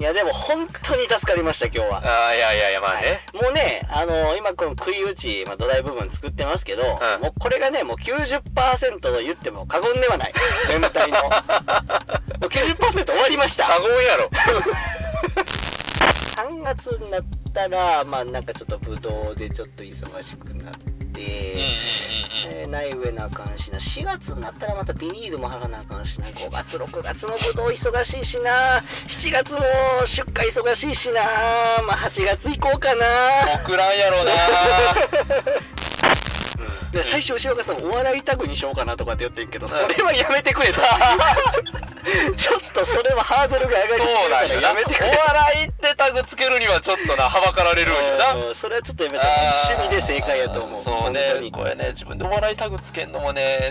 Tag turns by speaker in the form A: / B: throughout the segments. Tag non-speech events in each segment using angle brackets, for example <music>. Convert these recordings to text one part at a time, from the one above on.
A: いや、でも本当に助かりました、今日は。
B: ああ、いやいやいや、まあね。
A: もうね、あの今この食い打ち、まあ、土台部分作ってますけど、
B: うん
A: もうこれがね、もう90%と言っても過言ではない。全
B: <laughs>
A: 体の。もう90%終わりました。
B: 過言やろ。
A: 3月になったら、まあなんかちょっとブドウでちょっと忙しくなって、えーない上なあかんしな4月になったらまたビニールも貼らなあかんしな5月6月のこと忙しいしな7月も出荷忙しいしなまあ8月行こうかな、
B: 送らんやろな。
A: <laughs> で最初後ろがさんお笑いタグにしようかなとかって言ってんけどそれはやめてくれと <laughs> ちょっとそれはハードルが上がりすぎ
B: そう
A: る
B: な
A: から
B: んよな。
A: やめてくれ
B: お笑いってタグつけるにはちょっとな、はばかられるんよな。
A: うんそれはちょっとやめて
B: あー
A: 趣味で正解やと思う
B: そう
A: 本当
B: ね
A: に
B: これね自分でお笑いタグつけんのもね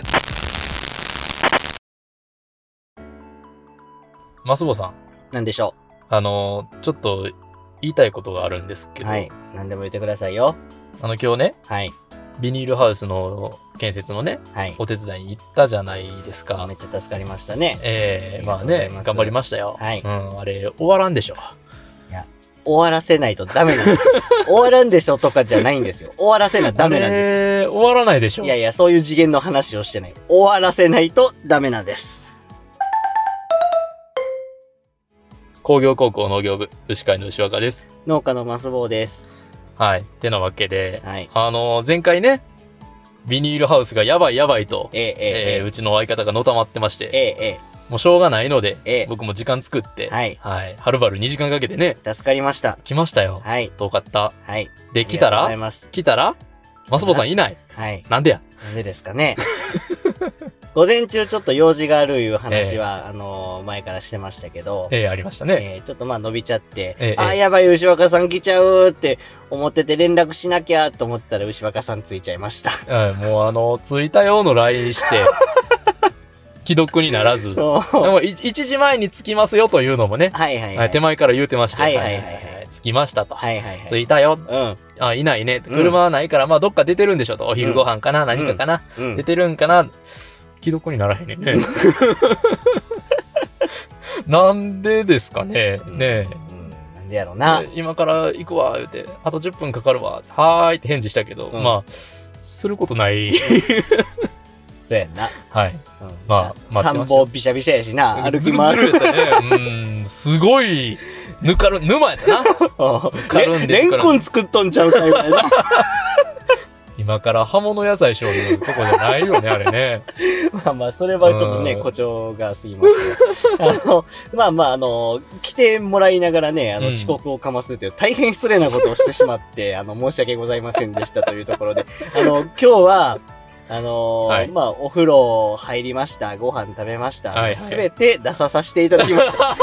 C: マスボさん、
A: なんでしょ
C: あの、ちょっと言いたいことがあるんですけ
A: う
C: ど、
A: はい何でも言ってくださいよ
C: あの今日ね、
A: はい
C: ビニールハウスの建設のね、
A: はい
C: お手伝いに行ったじゃないですか
A: め。っちゃ助かりましたね
C: ええまあ
A: あり
C: ね
A: がとうございま、す
C: 頑張りましたよ。
A: はい
C: うん、あれ、終わらんでしょ。
A: 終わらせないとダメなんです。終わらんでしょとかじゃないんですよ。終わらせなダメなん
C: あ
A: で
C: れ終わらないでし
A: す。
C: ょ。
A: いやいや、そういう次元の話をしてない。終わらせないとダメなんです。
C: 工業高校農業部、牛会の牛若です。
A: 農家のマスボウです。
C: はい。てなわけで、
A: はい。
C: あの、前回ね、ビニールハウスがやばいやばいと、
A: ええ
C: えー
A: え
C: うちの相方がのたまってまし
A: ええ
C: て、
A: え
C: もうしょうがないので、
A: ええ
C: 僕も時間作って、
A: はい
C: はるばる2時間かけてね、
A: え助かりました。
C: 来ましたよ。
A: はい。
C: 遠かった。
A: はい。
C: で、来た
A: ありがとうござい
C: ら
A: ます。
C: 来たらマスボさんいない。
A: はい。
C: なんでや。
A: なんでですか
C: <laughs>
A: ね。午前中ちょっと用事があるいう話は、あのー前からしてましたけど、
C: ええありましたね。
A: えーちょっとまあ伸びちゃって、
C: ええ
A: あー
C: ええ
A: やばい、牛若さん来ちゃうって思ってて連絡しなきゃと思ってたら牛若さんついちゃいま
C: <laughs>
A: した。
C: うん、もうあの、着いたよの
A: <laughs>
C: LINE して、既読にならず。で
A: は
C: もい1時前に着きますよというのもね、
A: いはいは。
C: はいい手前から言うてました
A: はいはいはいはい
C: 着きましたと。
A: はいはいは
C: 着
A: い。
C: いたよ。
A: うん。
C: あ、いないね。
A: うん
C: 車はないから、まあどっか出てるんでしょと。お昼ご飯かな、何かかな、
A: うん
C: 出てるんかな既読にならへんねんね。 <laughs> なんでですかね
A: うん
C: ねえ。
A: うんなんでやろうな。
C: で今から行くわ、言うて、あと10分かかるわ、はーいって返事したけど、
A: うん
C: まあ、することない。
A: そうやんな。
C: はい。
A: うん
C: まあ待ってました
A: 田んぼびしゃびしゃやしな。歩き回
C: <laughs>
A: る。
C: ずるずるやったね。うん、すごい、ぬかる、沼やったな。
A: <laughs>
C: るんで
A: レ
C: る
A: ン
C: から
A: コン作っとんちゃうかみたいな。
C: 今から刃物野菜しよういうとこじゃないよね、あれね。
A: まあまあ、それはちょっとね、
C: うん
A: 誇張が過ぎますがあの、 <laughs> まあまあ、あの、来てもらいながらね、あ
C: う
A: の、
C: ん
A: 遅刻をかますという大変失礼なことをしてしまって、 <laughs> あの、申し訳ございませんでしたというところで、あの、今日は、あの
C: はい
A: まあ、お風呂入りました、ご飯食べまし
C: はいは
A: た、
C: い
A: すべ、て出ささせていただきま
C: <laughs>
A: した。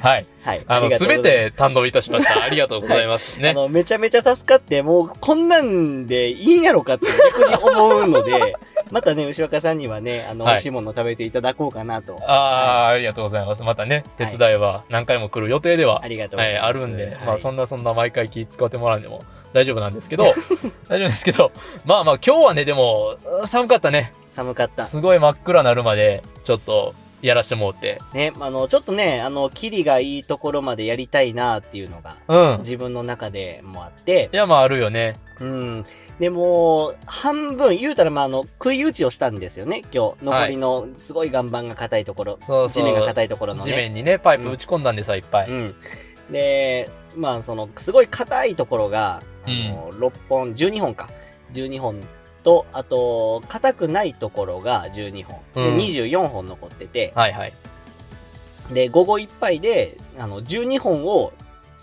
C: はい。
A: はい。
C: あの、
A: りがと
C: す
A: うござい
C: べ
A: ます、
C: て堪能いたしました。ありがとうございます。
A: あ
C: ね。
A: の、めちゃめちゃ助かって、もう、こんなんでいいんやろかって逆に思うので、 <laughs> またね、牛若さんにはね、あの、
C: は
A: 美
C: い
A: 味しいもの食べていただこうかなと。
C: あー、ありがとうございます。またね、手伝いは何回も来る予定では
A: ありがとうご
C: は
A: ざい
C: い、
A: ます。
C: あるんで、まあそ
A: の
C: んなそんな毎回気使ってもらうんでも大丈夫なんです
A: <laughs>
C: けど、大丈夫ですけど、まあまあ今日はね、でもうん寒かったね。
A: 寒かった。
C: すごい真っ暗なるまで、ちょっとやらしてもうって。
A: ね、あの、ちょっとね、あの、キリがいいところまでやりたいなっていうのが、
C: うん。
A: 自分の中でもあって、
C: いや、まああるよね。
A: うん。でも、半分、言うたら、まあ、あの、食い打ちをしたんですよね、今日。残りの、すごい岩盤が硬いところ、
C: そう
A: 地
C: そう。
A: 面が硬いところのね。
C: 地面にね、パイプ打ち込んだんでさ、いっぱい。
A: うん、でまあそのすごい硬いところが、あの6本12本か12本とあと硬くないところが12本で、
C: うん
A: 24本残ってて
C: はいはい。
A: で午後いっぱいであの12本を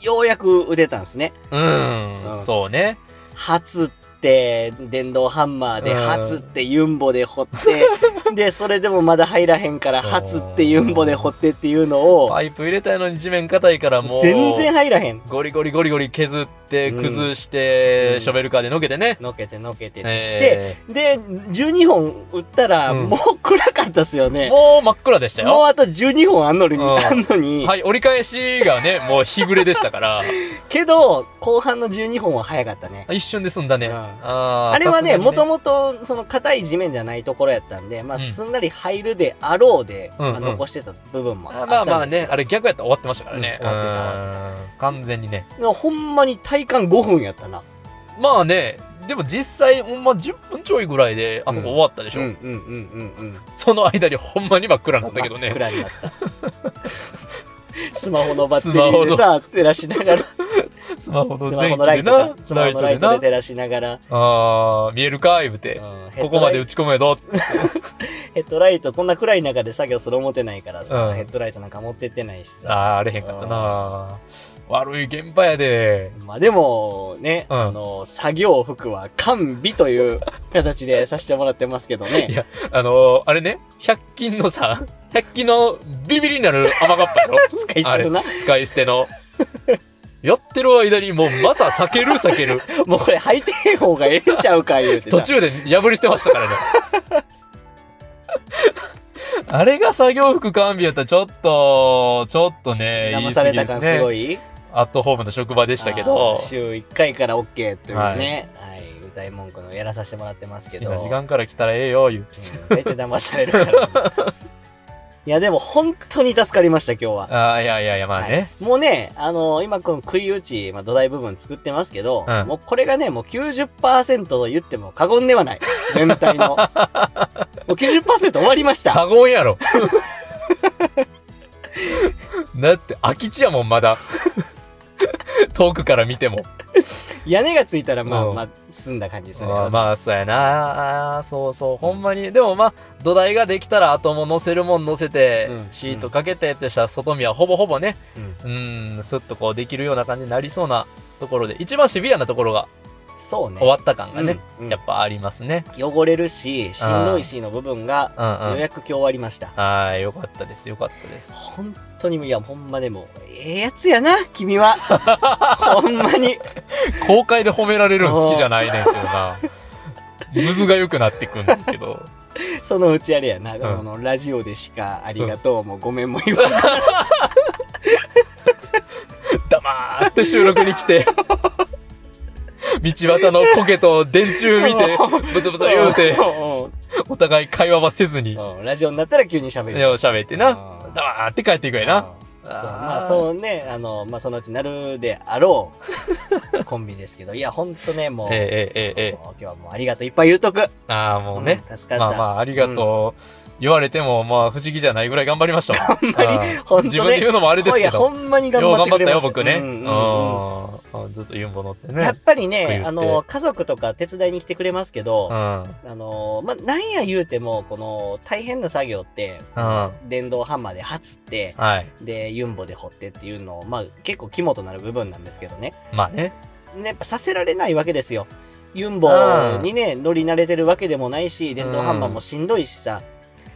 A: ようやく打てたんですね。
C: うん、
A: うん
C: そうね。
A: 初って電動ハンマーで
C: うん
A: 初ってユンボで掘
C: <laughs>
A: って、でそれでもまだ入らへんから
C: そう
A: 初ってユンボで掘ってっていうのを
C: パイプ入れたのに地面硬いからもう、
A: 全然入らへん。
C: ゴリゴリゴリゴリ削っ
A: うん
C: て、崩して、
A: うん
C: ショベルカーでのけてね。
A: のけてのけてにして、
C: え
A: で、12本打ったら、
C: うん
A: もう暗かったっすよ
C: ー
A: ね。
C: もう真っ暗でしたよ。
A: もうあと12本あんのに、
C: うん
A: あんのに、
C: はい、折り返しが
A: <laughs>
C: ね、もう日暮れでしたから、
A: けど、後半の12本は早かったね。
C: 一瞬で済んだね。
A: うん
C: あー
A: あれはね、
C: さすが
A: も
C: に
A: ともと、その硬い地面じゃないところやったんで、まあ、
C: うん
A: すんなり入るであろうで、
C: うんうん
A: まあ残してた部分もあ
C: あ
A: っ
C: まあま
A: た
C: あ
A: んですけ
C: ね、
A: ど、
C: あれ逆やったら終わってましたからね。
A: うん終わ
C: うん完全にね。
A: でもほんまに体感5分やったな。
C: まあね、でも実際、ほんま10分ちょいぐらいで、あそこ終わったでしょ。
A: うんうんうんうんうん。
C: その間にほんまに真っ暗なんだけどね。
A: 暗になった。スマホのバッテリーでさ、照らしながら、ス
C: スマホ
A: マ
C: の
A: ホ
C: 電
A: のラ
C: 気
A: イ
C: で
A: トか
C: な、
A: スマホのライト
C: ラ
A: で
C: イトで
A: 照らしながら、
C: な。あー、見えるか言うて。
A: うんヘ
C: こ
A: ッド
C: こま
A: ラ
C: で
A: イ
C: 打ち込めと。
A: ヘッドライト、こんな暗い中で作業する思ってないから
C: う
A: さ、
C: ん
A: ヘッドライトなんか持ってってないしさ。
C: あー、あれへんかったな。悪い現場やで。
A: まあでも、ね、
C: うん
A: あの、作業服は完備という形でさせてもらってますけど
C: い
A: ね。
C: やあのー、あれね、100均の
A: <laughs>
C: さ、100均のビリビリになる甘がっぱやろ。
A: 使い捨てるな。
C: 使い捨ての。やってる間にもうまた避ける避
A: <laughs>
C: ける。
A: もうこれ履いてへん方がええんちゃうか言うてな。
C: <laughs> 途中で破り捨てましたからね。
A: <laughs>
C: あれが作業服完備やったらちょっと、ちょっとね、言
A: 騙
C: い
A: さ
C: 過
A: れ
C: ぎ
A: た
C: です
A: 感
C: ね。
A: すごい
C: アットホームの職場で
A: で
C: したけど、好
A: 週1回から OK というね、はい歌い文句のやらさせてもらってますけ
C: き
A: ど
C: な時間から来たらええよ、言う。
A: うん大体騙されるか
C: <laughs>
A: ら、いやでも本当に助かりました今日は、
C: ああ、いやいやいや、まあね。
A: はいもうねあの今この食い打ち、まあ、土台部分作ってますけど、
C: うん
A: もうこれがねもう90%と言っても過言では
C: <laughs>
A: ない全体のもう90%終わりました
C: 過言やろ。だって空き地やもん、まだ。遠くから見ても。
A: 屋根がついたらまあ、
C: うん
A: まあ済んだ感じですね
C: まあまあそうやなあーそうそうほんまにでもまあ土台ができたらあとも乗せるもん乗せて、
A: うん
C: シートかけてってしたら外見はほぼほぼね
A: うん
C: うんスッとこうできるような感じになりそうなところで一番シビアなところが
A: そうね
C: 終わった感がね、
A: うんうん
C: やっぱありますね
A: 汚れるししんどいしの部分が
C: うんうん
A: ようやく今日終わりました
C: あーよかったですよかったです
A: 本当にいやほんまでもええやつやな君
C: <laughs>
A: はほんまに
C: 公開で褒められるん好きじゃないねんけどなむずがよくなってくんだけど
A: そのうちあれやな、
C: ん
A: あのラジオでしかありがとう、もうごめんも言わない
C: 黙って収録に来て道端のポケと電柱見てブツブツ言う
A: <laughs>
C: てお互い会話はせずによ
A: ラジオになったら急に喋
C: う
A: る
C: 喋ってな
A: うん
C: 黙って帰っていくやな
A: うんそうまあそうねあの、まあ、そのうちなるであろ
C: <laughs>
A: うコンビですけどいやほんとねもう、
C: ええええええ
A: もう今日はもうありがとういっぱい言うとく
C: ああもうね、
A: ん助か
C: ま
A: った、
C: あまあありがとう、言われてもまあ不思議じゃないぐらい頑張りましたわあー
A: ほんとね
C: 自分で言うのもあれです
A: い
C: け
A: やほ
C: ど
A: んまに頑
C: よう
A: 張っ
C: 頑
A: てくれ
C: 張った
A: ま
C: よ
A: した
C: 僕ね、
A: う
C: うん
A: うんうん
C: んずっとユンボ乗って
A: や
C: ね
A: っぱり
C: こう言っ
A: ね
C: て
A: あの家族とか手伝いに来てくれますけど、
C: うんうん
A: あのーまあ、なんや言うても、この、大変な作業って、
C: は
A: 電動ハンマーではつって、
C: い
A: で、ユンボで掘ってっていうのを、まあ、結構肝となる部分なんですけどね。
C: まあね
A: ねやっぱさせられないわけですよ。ユンボにね、乗り慣れてるわけでもないし、電動ハンマーもしんどいしさ。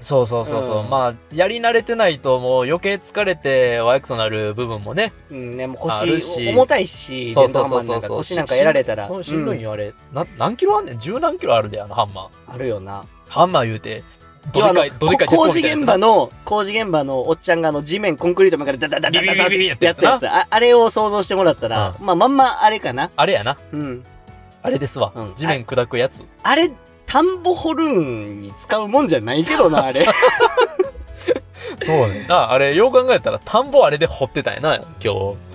C: そうそうそうそう、
A: うん
C: まあやり慣れてないともう余計疲れてワイクソなる部分もね
A: うん、ね、もう
C: あ
A: 腰
C: るし
A: 重たいし、
C: そう
A: 電
C: そ
A: 動
C: う
A: ハン
C: そ
A: マー
C: う
A: なん
C: そう
A: か
C: そう
A: 腰なんかやられたら。
C: そうしんどいん
A: よ。
C: よあれ、な何キロあんねん十何キロあるであのハンマー
A: あるよな。
C: ハンマー言うてどでか
A: 要はあ
C: い
A: の
C: どでかい
A: こ工事
C: 鉄砲みたいなやつ
A: 現場の、工事現場のおっちゃんがあの地面、コンクリートの中でダダダダ
C: ビ
A: ダ
C: ビ
A: ダ
C: ビビビやって
A: や
C: や
A: っ
C: つ
A: たや
C: な
A: つああれを想像してもらったら、まあまんまあれかな
C: あれやな
A: うん
C: あれですわ、
A: うん
C: 地面砕くやつ
A: あれ田んぼ掘るんに使うもんじゃないけどなあれ
C: そうねああれよう考えたら田んぼあれで掘ってたんやな今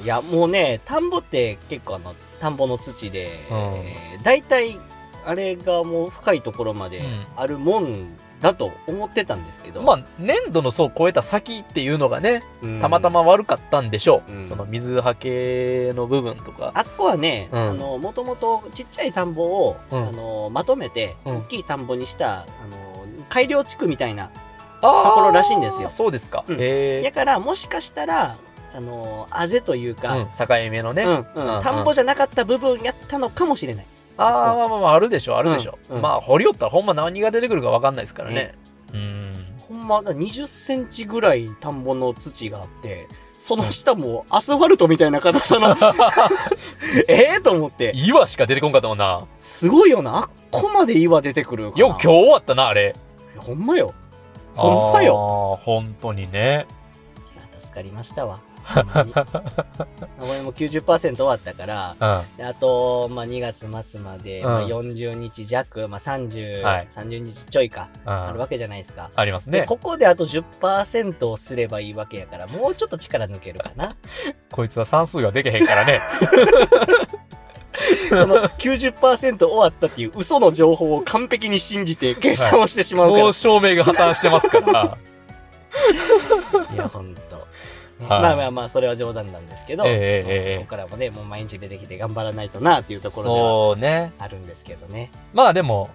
A: いやもうね田んぼって結構あの田んぼの土で、
C: うん
A: えー大体あれがもう深いところまで
C: うん
A: あるもんだと思ってたんですけど、
C: 日まあ粘土の層を超えた先っていうのがね
A: うん
C: たまたま悪かったんでしょう、
A: うん
C: その水はけの部分とか
A: あっこはね、
C: うん
A: あのもともとちっちゃい田んぼを、
C: うん
A: あのまとめて
C: うん
A: 大きい田んぼにした、あの改良地区みたいな
C: あー
A: ところらしいんですよ
C: そうですか、
A: うん
C: え
A: だからもしかしたらあのあぜというか、
C: うん、境目のね、
A: うん
C: う
A: うんん、田んぼじゃなかった部分やったのかもしれない。
C: ああまあまあまああるでしょあるでしょ、
A: うんうん
C: まあ掘り寄ったらほんま何が出てくるか分かんないですからねうん
A: ほんま、だから20センチぐらい田んぼの土があって、その下もアスファルトみたいな硬さ
C: <laughs>
A: の、ええと思って、
C: 岩しか出てこんかったもんな
A: すごいよな、あっこまで岩出てくるから。
C: よう今日終わったなあれ
A: ほんまよ。ほんまよ。
C: あー本当にね
A: いやだ助かりましたわ。ほんまに <laughs> 俺も90%終わったから、
C: うん。
A: であと、まあ、2月末まで、ま
C: う
A: あ、
C: ん
A: 40日弱、まあ、30、
C: はい
A: 30日ちょいか、ある
C: あ
A: わけじゃないですか。
C: あります
A: で
C: ね。
A: ここであと10%をすればいいわけやから、もうちょっと力抜けるかな。
C: こいつは算数ができへんから <laughs> ね。
A: この90%終わったっていう嘘の情報を完璧に信じて計算をしてしまうから。
C: もう証明が破綻してますから。
A: い、や、ほんと。ね
C: はい
A: まあまあまあ、それは冗談なんですけど、
C: ええええええ
A: ここからもね、もう毎日出てきて頑張らないとなっていうところでは
C: そうね。
A: あるんですけどね。
C: まあでも、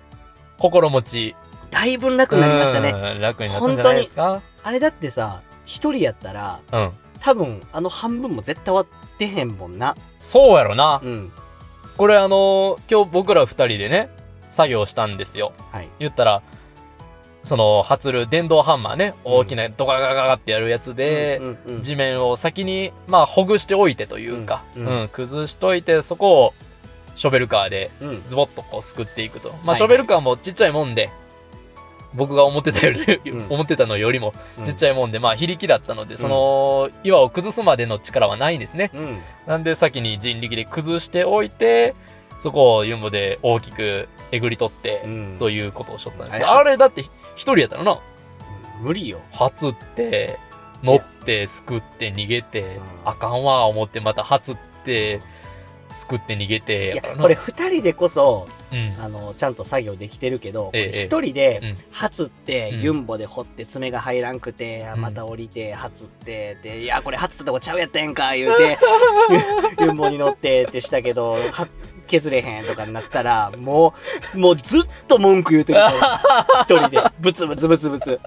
C: 心持ち。
A: だいぶ楽になりましたね。
C: うん。楽になったんじゃないですか。
A: あれだってさ、一人やったら、
C: うん。
A: 多分あの半分も絶対終わってへんもんな。
C: そうやろな。
A: うん。
C: これあのー今日僕ら二人でね、作業したんですよ。
A: はい。
C: 言ったら、その、発る電動ハンマーね、
A: うん
C: 大きなドカガガガガってやるやつで、
A: うんうんうん
C: 地面を先に、まあ、ほぐしておいてというか、
A: う
C: うんん、
A: うん
C: 崩しといて、そこをショベルカーで
A: うん
C: ズボッとこうすくっていくと。ま
A: は
C: あ、
A: い
C: ショベルカーもちっちゃいもんで、僕が思ってたより、
A: うん
C: <laughs> 思ってたのよりもちっちゃいもんで、まあ、非力だったので、
A: ん
C: その、岩を崩すまでの力はないんですね。
A: うん。
C: なんで先に人力で崩しておいて、そこをユンボで大きくえぐり取って、
A: うん
C: ということをしとったんですけ
A: う
C: ど、
A: ん
C: あれだって一人やったらな、
A: 無理よ。
C: 初って、乗って、すくって、逃げて
A: うん、
C: あかんわ、思って、また初って、すくって逃げて、
A: い
C: や
A: や
C: からな。
A: これ二人でこそ
C: うん。
A: あのちゃんと作業できてるけどこ
C: ええ
A: れ一人で
C: うん
A: 初って
C: うん
A: ユンボで掘って爪が入らんくて
C: うん
A: また降りて初ってでいやこれ初ってとこちゃうやったやんか言う
C: <laughs>
A: てユンボに乗ってってしたけどは削れへんとかになったらもうもうずっと文句言うてるから。一人
C: <laughs>
A: でブツブツブツブツ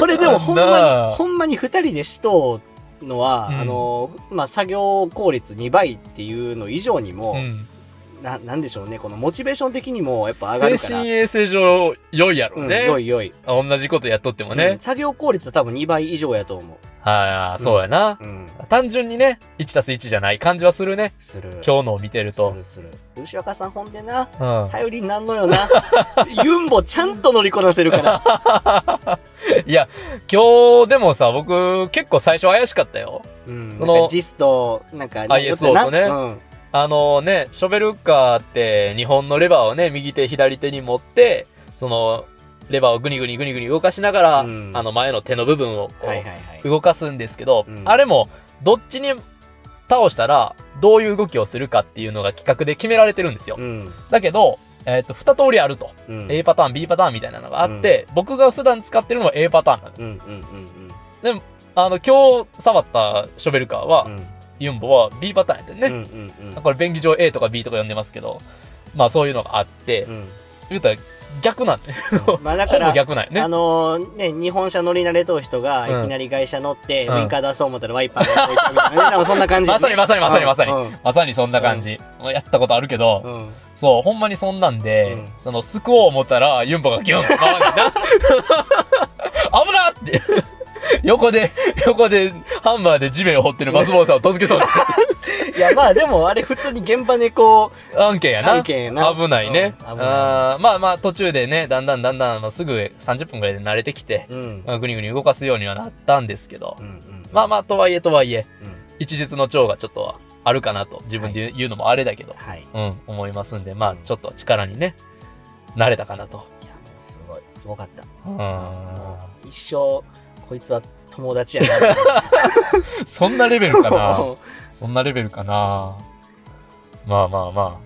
A: これでもほん
C: な
A: ま
C: あ
A: にほんまに二人でしとうのは、
C: うん
A: あのまあ作業効率2倍っていうの以上にも、
C: うん
A: ななんでしょうねこのモチベーション的にもやっぱ上がる
C: 精
A: から
C: 神衛生上良いやろ
A: うん、
C: ね
A: よ。いよい、
C: 同じことやっとっても
A: うん
C: ね。
A: 作業効率は多分2倍以上やと思
C: はい、そうやな
A: う、。うん、
C: 単純にね、1たす1じゃない感じはするね。
A: する
C: 今日のを見てると。
A: するする牛若さんほんでな
C: うん。
A: 頼りになんのよな <laughs> ユンボちゃんと乗りこなせるから
C: いや、今日でもさ、僕結構最初怪しかったよ。
A: うん
C: その
A: なんかジスとなんか
C: ISO とね
A: うん
C: あのね、ショベルカーって日本のレバーをね、右手左手に持って、そのレバーをグニグニグニグニ動かしながら、
A: うん
C: あの前の手の部分をこう
A: はいはいはい
C: 動かすんですけど、
A: うん
C: あれもどっちに倒したらどういう動きをするかっていうのが企画で決められてるんですよ。
A: うん
C: だけど、えっ、と、二通りあると。
A: うん
C: A パターン、B パターンみたいなのがあって、僕が普段使ってるのは A パターンなの。
A: うんうんうん
C: あの、今日触ったショベルカーは、
A: うん
C: ユンボは B パターンやったよね。
A: うんうんうん
C: これ便宜上 A とか B とか呼んでますけど、まあそういうのがあって、
A: うん
C: 言うたら逆なんだよね。
A: まあだか
C: ほぼ
A: ら
C: 逆なんよ
A: あ
C: ね。
A: のーね日本車乗り慣れとう人
C: う
A: が
C: ん
A: いきなり外車乗ってウ
C: うん
A: インカー出そう思ったらワイパーがこう行くみたいな
C: <laughs>
A: ねでもそんな感じ
C: まさにまさにまさにまさに。
A: に
C: まさにそんな感じ。やったことあるけど、
A: うん
C: そう、ほんまにそんなんで、
A: うん
C: その、救おう思ったら、ユンボがギュンと回るんだ。危
A: <laughs>
C: なって。横で、横で、ハンマーで地面を掘ってる松本さんを助けそうになっ
A: いやまあでもあれ普通に現場でこ
C: て案件やな。
A: 案件やな
C: 危ないね。
A: うん危ない
C: あーまあまあ、途中でね、だんだんだんだん、まあ、すぐ30分ぐらいで慣れてきて、
A: ううん
C: まあ、ぐにぐに動かすようにはなったんですけど、
A: うんうん
C: まあまあとはいえとはいえ
A: うん
C: 一日の長がちょっとはあるかなと自分で言うのもあれだけど、
A: はいい
C: うん思いますんでまあちょっと力にね慣れたかなと、
A: やもうすごいすごかった
C: う
A: も
C: ん、
A: う一生こいつは友達やな
C: そんなレベルかな
A: も
C: そんなレベルかなまあまあまあ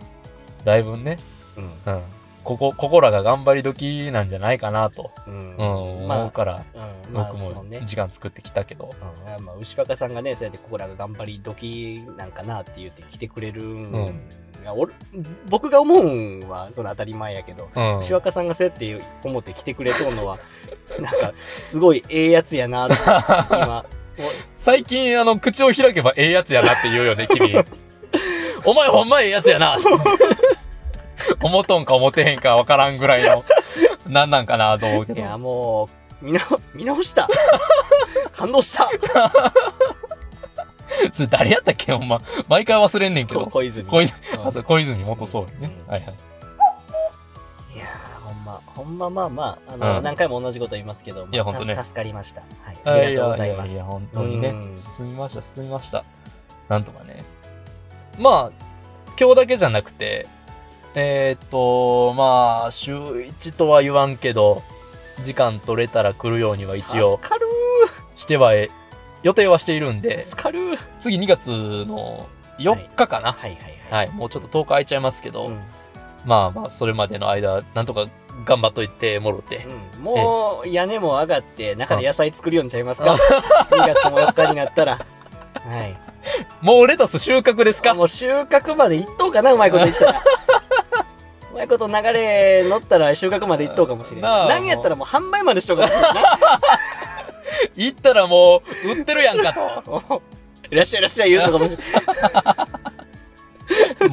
C: だいぶね、
A: <laughs> ううん
C: うん、ここここらが頑張り時なんじゃないかなと、
A: うん
C: うん、思うから
A: うんまあ
C: 僕
A: その
C: も
A: ね
C: 時間作ってきたけど、
A: うん、まあ、牛若さんがね、そうやってここらが頑張り時なんかなって言って来てくれるんが、俺僕が思うんはその当たり前やけど、
C: うん、
A: 牛若さんがそうやって思って来てくれとんのは、 <laughs> なんか、すごいええやつやなって、今、
C: 最近あの口を開けばええやつやなって言うよね
A: <laughs>
C: 君お前ほんまええやつやな思っとんか思ってへんかわからんぐらいのなんなんかなと思うけ
A: おい
C: ど
A: や、もう、見な見直
C: <laughs>
A: した感動した
C: それ誰やったっけほんま毎回忘れんねんけ
A: こ
C: ど
A: 小泉。
C: 小泉
A: うん
C: あそう小泉元総理ね
A: うん
C: はいはい
A: いやーほんま、ほんままあまあ、あの、
C: うん
A: 何回も同じこと言いますけど、まあ
C: いやほんとね
A: た助かりました。はい。ありがとうございます
C: ややや本当にね、
A: うん
C: 進みました、進みました。なんとかね。まあ、今日だけじゃなくて、えーっと、まあ、週1とは言わんけど、時間取れたら来るようには一応
A: 助かる
C: してはえ、予定はしているんで、
A: 助かるはい
C: 次2月の4日かな。
A: はい
C: はい、もうちょっと10日空いちゃいますけど、
A: うん
C: まあまあ、それまでの間、なんとか頑張っといてもろて。
A: うんもう屋根も上がって中で野菜作るようにちゃい <laughs> ますか2月も4日になったらはい
C: もうレタス収穫ですか
A: もう収穫までいっとうかなうまいこと言 <laughs> ったらうまいこと流れ乗ったら収穫までいっとうかもしれ
C: な
A: な
C: あ
A: い何やったらもう販売までしとうかも <laughs> しれない
C: 行ったらもう、売ってるやんかと。
A: おいらっしゃいいらっしゃい言うのかもしれない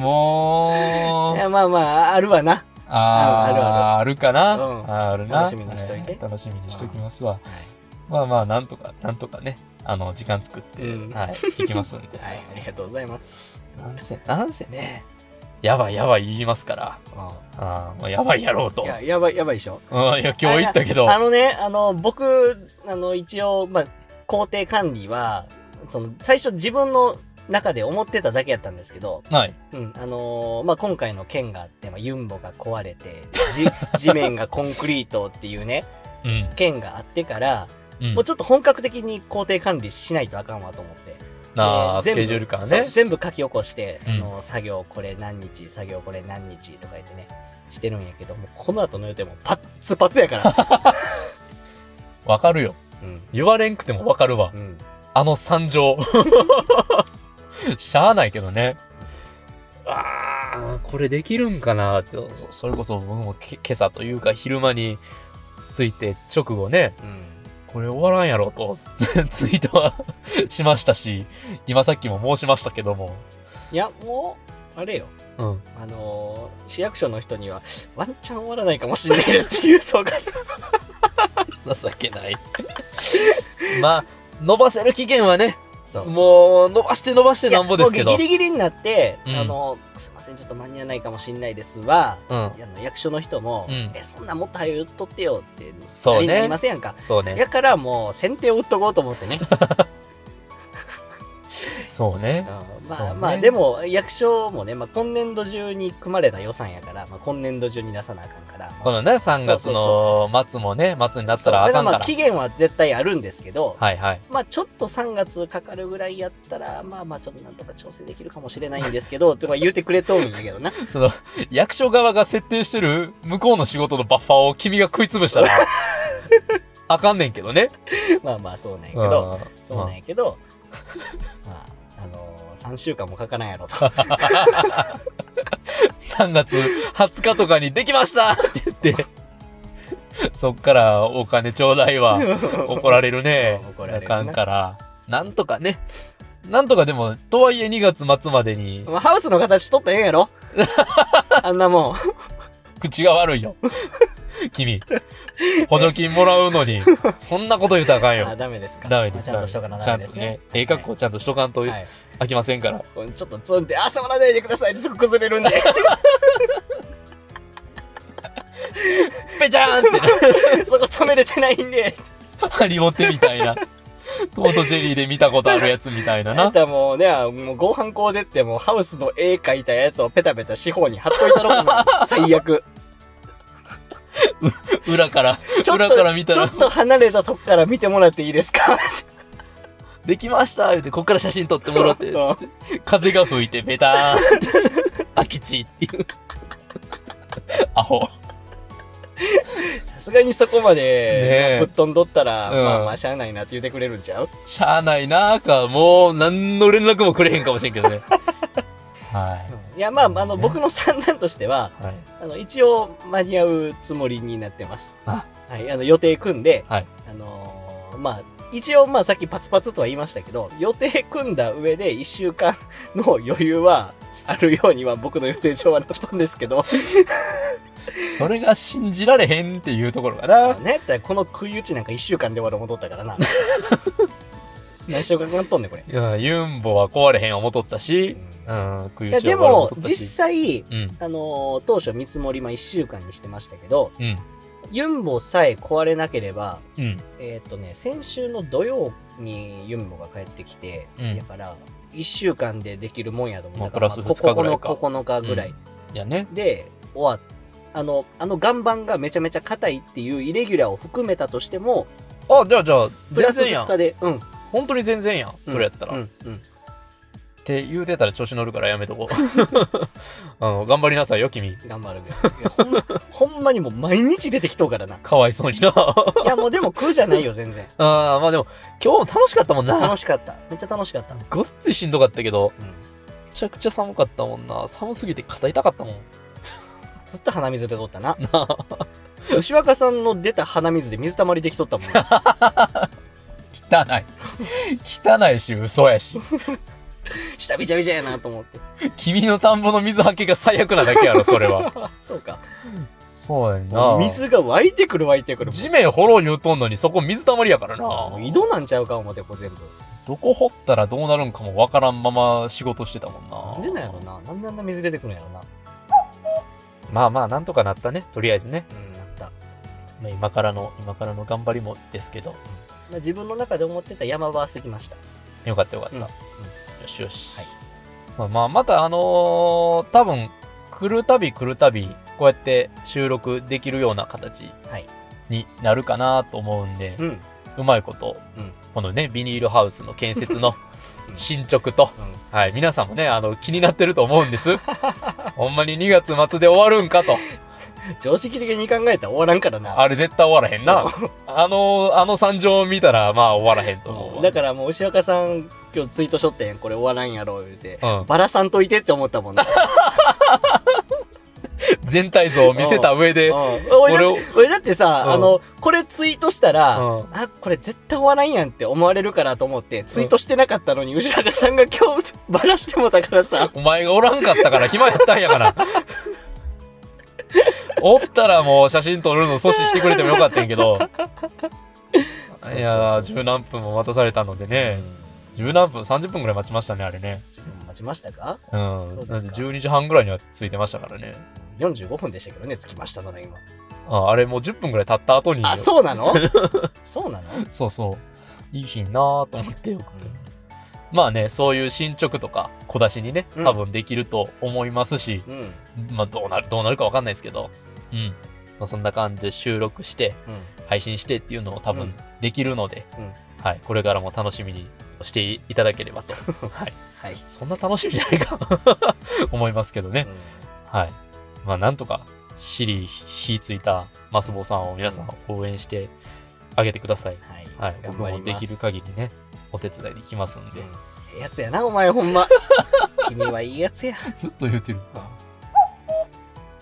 A: い
C: もう、
A: やまあまああるわな
C: あ
A: <laughs>
C: ー
A: うんあるあ
C: あるかな、
A: うん
C: あるな。
A: 楽しみにしといて
C: は楽しみにしときますわ。まあまあ、なんとか、なんとかね、あの、時間作って、
A: うん
C: はい、行きますん
A: <laughs>
C: で。
A: はいありがとうございます
C: なんせ、なんせね、やばいやばい言いますから、あーもうやばいやろうと。
A: いややばいやばいでしょ
C: うん、いや、今日言ったけど、
A: あのねあの僕あの一応まあ工程管理はその最初自分の中で思ってただけやったんですけど、
C: はい。
A: うんあのーまあ、今回の件があって、まあ、ユンボが壊れてじ <laughs> 地面がコンクリートっていうね
C: うん。
A: 件があってから、
C: うん
A: もう。ちょっと本格的に工程管理しないとあかんわと思って
C: な
A: で
C: あ、ス
A: 全部
C: ケジュール感
A: そう
C: ね。
A: 全部書き起こして、
C: うん
A: あの作業これ何日作業これ何日とか言ってねしてるんやけどもうこの後の予定もパッツパツや
C: <laughs>
A: から、
C: わかるよ。
A: うん
C: 言われんくてもわかるわ
A: う。ん、
C: あの惨状。しゃあないけどね。ああ、これできるんかなって、そそれこそ僕もけ今朝というか昼間について直後ね、
A: うん、
C: これ終わらんやろと <laughs> ツイートはしましたし、今さっきも申しましたけども。
A: いやもうあれよ
C: うん。
A: あのー市役所の人にはワンチャン終わらないかもしれないですって言う
C: <laughs>
A: とか
C: 情けない。 <laughs> まあ、伸ばせる期限はね、
A: そう
C: もう伸ばして伸ばしてなんぼですけ
A: いやも
C: ど
A: う。ギリギリになって、
C: うん
A: あのすいませんちょっと間に合わないかもしれないですは、
C: うん
A: い。やあの役所の人も、
C: うん
A: えそんなんもっと早く言っとってよって
C: そうね
A: なりなりませんやんか
C: そうね。
A: だからもう先手を打っとこうと思って
C: <laughs>
A: ね
C: そうね。
A: ま
C: そ
A: あ
C: うね
A: まあでも役所もね、まあ、今年度中に組まれた予算やから、まあ、今年度中に出さなあかんから、
C: このね、3月の末もね、末になったらあ
A: だか
C: からん
A: ま
C: か
A: あ
C: ら。
A: 期限は絶対あるんですけど、
C: はいはい。
A: まあちょっと3月かかるぐらいやったらまあまあちょっとなんとか調整できるかもしれないんですけどとか言うてくれとるんだけどな <laughs>
C: その、役所側が設定してる向こうの仕事のバッファーを君が食い
A: <laughs>
C: 潰したら、あかんねんけどね。
A: まあまあそうなんやけ
C: うん
A: ど、そうなんやけど、ま <laughs> あ、あのー、3週間もかからんやろ
C: <laughs>
A: と。。
C: 3月20日とかにできましたって言って、そっからお金ちょうだいは怒られるね
A: 怒られる
C: あ
A: な
C: かんから。なんとかね。なんとかでも、とはいえ2月末までに
A: まあハウスの形取ったらええんやろ
C: <laughs>
A: あんなもん。
C: 口が悪
A: <laughs>
C: いよ。君。補助金もらうのに、そんなこと言うたらあかん
A: あ、
C: よ。
A: ダメですか。
C: ダメです。
A: まあちゃんとしとかな
C: ちゃ
A: ダ
C: ん
A: メ
C: と
A: ですね。
C: ええ格好ちゃんとしとかんと
A: はい。
C: 飽きませんから。
A: こうちょっとツンって、あ、触らないでくださいってすぐ崩れるん
C: <laughs>
A: で。
C: ぺちゃーんってね、
A: そこ止めれてないんで。
C: ハリボテみたい
A: <laughs>
C: な。トートジェリーで見たことあるやつみたいな
A: あ <laughs> ん
C: な。
A: たもうね、もう合犯行でって、もうハウスの絵描いたやつをペタペタ四方に貼っといたろ、もう最悪。
C: 裏から、
A: ちょっ
C: <laughs> 裏
A: と、
C: から見た
A: ちょ
C: ら
A: っ、と離れたとこから見てもらっていいですか
C: できました言うて、こっから写真撮ってもらって、つ
A: うん
C: って風が吹いてベターンって、
A: <laughs>
C: 空き地っていう。アホ。
A: さすがにそこま
C: ねえ
A: で、ぶっ飛んどったら、
C: うん
A: まあまあしゃあないなって言ってくれるんちゃう
C: しゃあないなーか、もう何の連絡もくれへんかもしれんけど <laughs> ね。はい。
A: いや、まあ、あの、
C: ね
A: 僕の算段としては、
C: はい。
A: あの、一応間に合うつもりになってます。
C: あ
A: はい、あの、予定組んで、
C: はい
A: あのーまあ、一応、まあ、さっきパツパツとは言いましたけど、予定組んだ上で1週間の余裕は、あるようには僕の予定上はなったんですけ
C: <laughs>
A: ど、
C: それが信じられへんっていうところかな。
A: ねったらこの食い打ちなんか1週間で終わる戻った
C: <laughs>
A: からな。何週間かかっとんねんこれ。
C: いや、ユンボは壊れへん思とったし、う
A: い
C: ん、食い
A: や、
C: 打ち
A: で
C: は悪い思
A: も
C: と、った
A: 実
C: し。
A: 際、
C: うん、
A: あのー当初見積もり、まあ、1週間にしてましたけど、
C: うん。
A: ユンボさえ壊れなければ、
C: うん。
A: えーっとね、先週の土曜にユンボが帰ってきて、
C: うん
A: だから、1週間でできるもんやと思う。
C: まあ
A: だから
C: プラス
A: まあ
C: 二日ぐらいか
A: 9日ぐらい。
C: いやね。
A: で、終わっあの、あの岩盤がめちゃめちゃ硬いっていうイレギュラーを含めたとしても、
C: あ、じゃあじゃあ、
A: プ
C: 全
A: ラス
C: 然や
A: 2
C: ん
A: 日。で、うん。
C: 本当に全然やん。それやったら。
A: う
C: っ
A: ん、うん。
C: て言うてたら調子乗るからやめとこう。 <laughs> あの、頑張りなさいよ、君。
A: 頑張るけどいやほんま。 <laughs> ほんまにもう毎日出てきとうからな。
C: かわいそう <laughs> にな。
A: いや、もうでも食うじゃないよ、全然。
C: ああ、まあでも、今日も楽しかったもんな。
A: 楽しかった。めっちゃ楽しかった。うん。
C: ごっついしんどかったけど、めちゃくちゃ寒かったもんな。寒すぎて肩痛かったもん。
A: ずっと鼻水でとったな。
C: なあ。
A: 牛若さんの出た鼻水で水たまりできとったもん。
C: <laughs> <laughs> 汚い。汚いし、嘘やし。
A: 下びちゃびちゃやなと思って。
C: 君の田んぼの水はけが最悪なだけやろ、 <laughs> それは。
A: そうか。
C: そうやんな。
A: 水が湧いてくる湧いてくる。
C: 地面掘ろう言うとんのに、そこ水たまりやからな。
A: もう井戸なんちゃうか思ってこう全部。
C: どこ掘ったらどうなるんかもわからんまま仕事してたもんな。
A: なんでなんやろな。なんであんな水出てくるんやろな。
C: まあまあ、なんとかなったね。とりあえずね。
A: うん、なった。
C: まあ今からの、今からの頑張りもですけど。
A: まあ自分の中で思ってた山場は過ぎました。
C: よかったよかった。
A: うんうん
C: よしよし。
A: はい
C: まあまあ、またあのー多分、来るたび来るたび、こうやって収録できるような形
A: はい
C: になるかなと思うんで、
A: うん。うん。
C: うまいこと、
A: うん
C: このね、ビニールハウスの建設の
A: <laughs> うん
C: 進捗と、はい、皆さんもね、あの、気になってると思うんです。 <laughs> ほんまに2月末で終わる
A: <laughs>
C: んかと。
A: 常識的に考えたら終わらんからな。
C: あれ絶対終わらへ
A: <laughs>
C: んな。あの、あの惨状を見たら、まあ終わらへんと思うわ。
A: だからもう牛若さん今日ツイートしとってん。これ終わらんやろ、言うて。
C: うん、
A: バラさんといてって思ったもんな。
C: 全体像を見せた上で、
A: うん俺だ
C: 俺
A: っ
C: を
A: て俺だってさ、
C: うん
A: あのこれツイートしたら、
C: うん
A: あこれ絶対終わらんやんって思われるからと思ってツイートしてなかったのに、牛若さんが今日バラしてもたからさ
C: お前がおらんかったから暇やったん
A: <laughs>
C: やから。おったらもう写真撮るの阻止してくれてもよかったんやけど。いやー、十何分も待たされたのでね、十何分、30分ぐらい待ちましたね、あれね。
A: 自分も待ちましたか
C: うん。
A: そうで
C: なん
A: す
C: で
A: か
C: 12時半ぐらいには着いてましたからね。
A: 45分でしたけどね着きましたのね今
C: ああれもう10分ぐらい経った後に。
A: あそう
C: <laughs>
A: なのそうなの、うん
C: そうそう。いい日になーと思ってよく。まあね、そういう進捗とか小出しにね、
A: うん
C: 多分できると思いますし、
A: うんうん
C: まあどうなる、どうなるかわかんないですけど、うん。まあ、そんな感じで収録して、配信してっていうのを多
A: う
C: 分
A: ん
C: できるので、
A: うん
C: はい、これからも楽しみにしていただければ <laughs> と。はい。
A: はい、
C: そんな楽しみじゃないか <laughs> 思いますけどね。はい。まあなんとか、シリ火ついたマスボさんを皆さん応援してあげてください。
A: はい
C: はい。
A: 頑
C: 僕
A: 張りま
C: も
A: す
C: できる限りね、お手伝いできますんで
A: う。んええやつやなお前ほん
C: <laughs>
A: ま君はいいやつや
C: ずっと言ってる。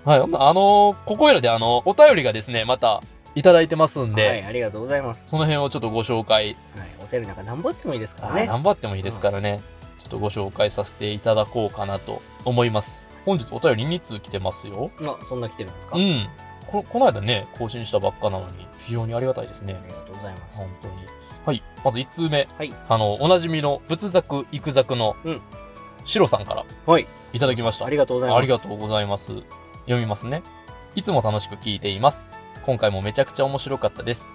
C: はい。ほんならあのーここやらであの、お便りがですね、またいただいてますんで、
A: はいありがとうございます、
C: その辺をちょっとご紹介
A: はい、お便りなんかなんぼやってもいいですから
C: あ
A: ね
C: 頑張ってもいいですからね、ちょっとご紹介させていただこうかなと思います。本日お便り2通来てますよ。
A: あそんな来てるんですか、
C: うん。ここの間ね、更新したばっかなのに、非常にありがたいですね
A: あ。りがとうございます
C: 本。当に。はい。まず1通目。
A: はい
C: あの、おなじみの仏作、育作の
A: うん、
C: シロさんから、
A: はい。
C: いただきました。
A: ありがとうございます。
C: ありがとうございます。読みますね。いつも楽しく聞いています。今回もめちゃくちゃ面白かったです。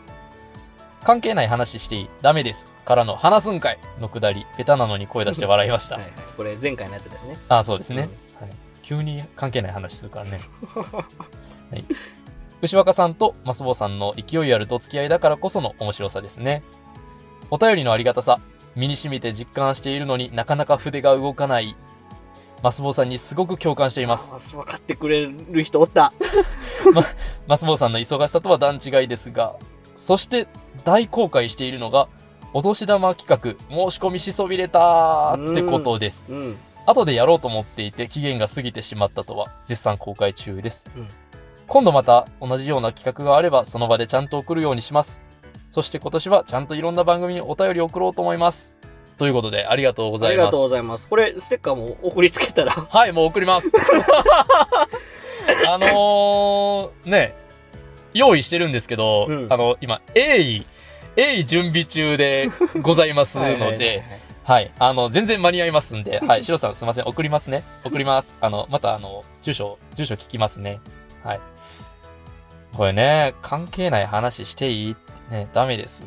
C: 関係ない話していいダメです。からの話すんかいのくだり、下手なのに声出して笑いました。
A: はいはい、これ前回のやつですね。
C: あ、そうですね。急に関係ない話するからね。 <laughs> はい、牛若さんとマスボさんの勢いあると付き合いだからこその面白さですね。お便りのありがたさ、身に染みて実感しているのになかなか筆が動かない。マスボさんにすごく共感してい
A: い
C: ます。。
A: 分かってくれる人おった。
C: マスボウさんの忙しさとは段違いですが、そして大公開しているのが、お年玉企画、申し込みしそびれたってことです。
A: うん。
C: 後でやろうと思っていて、期限が過ぎてしまったとは、絶賛公開中です。
A: うん
C: 今度また同じような企画があれば、その場でちゃんと送るようにします。そして今年はちゃんといろんな番組にお便りを送ろうと思います。ということで、ありがとうご
A: あ
C: ざ
A: り
C: い
A: が
C: ま
A: と
C: す
A: う。ございます。これ、ステッカーも送りつけたら。
C: はい、もう送ります。 <laughs> あのー、ね、用意してるんですけど、
A: うん
C: あの、今、鋭意、鋭意準備中でございますので、はいあの、全然間に合いますんで、はい、シロさんすいません、送りますね。送ります。あの、また、あの、住所、住所聞きますね。はい。これね、関係ない話していいね、ダメです。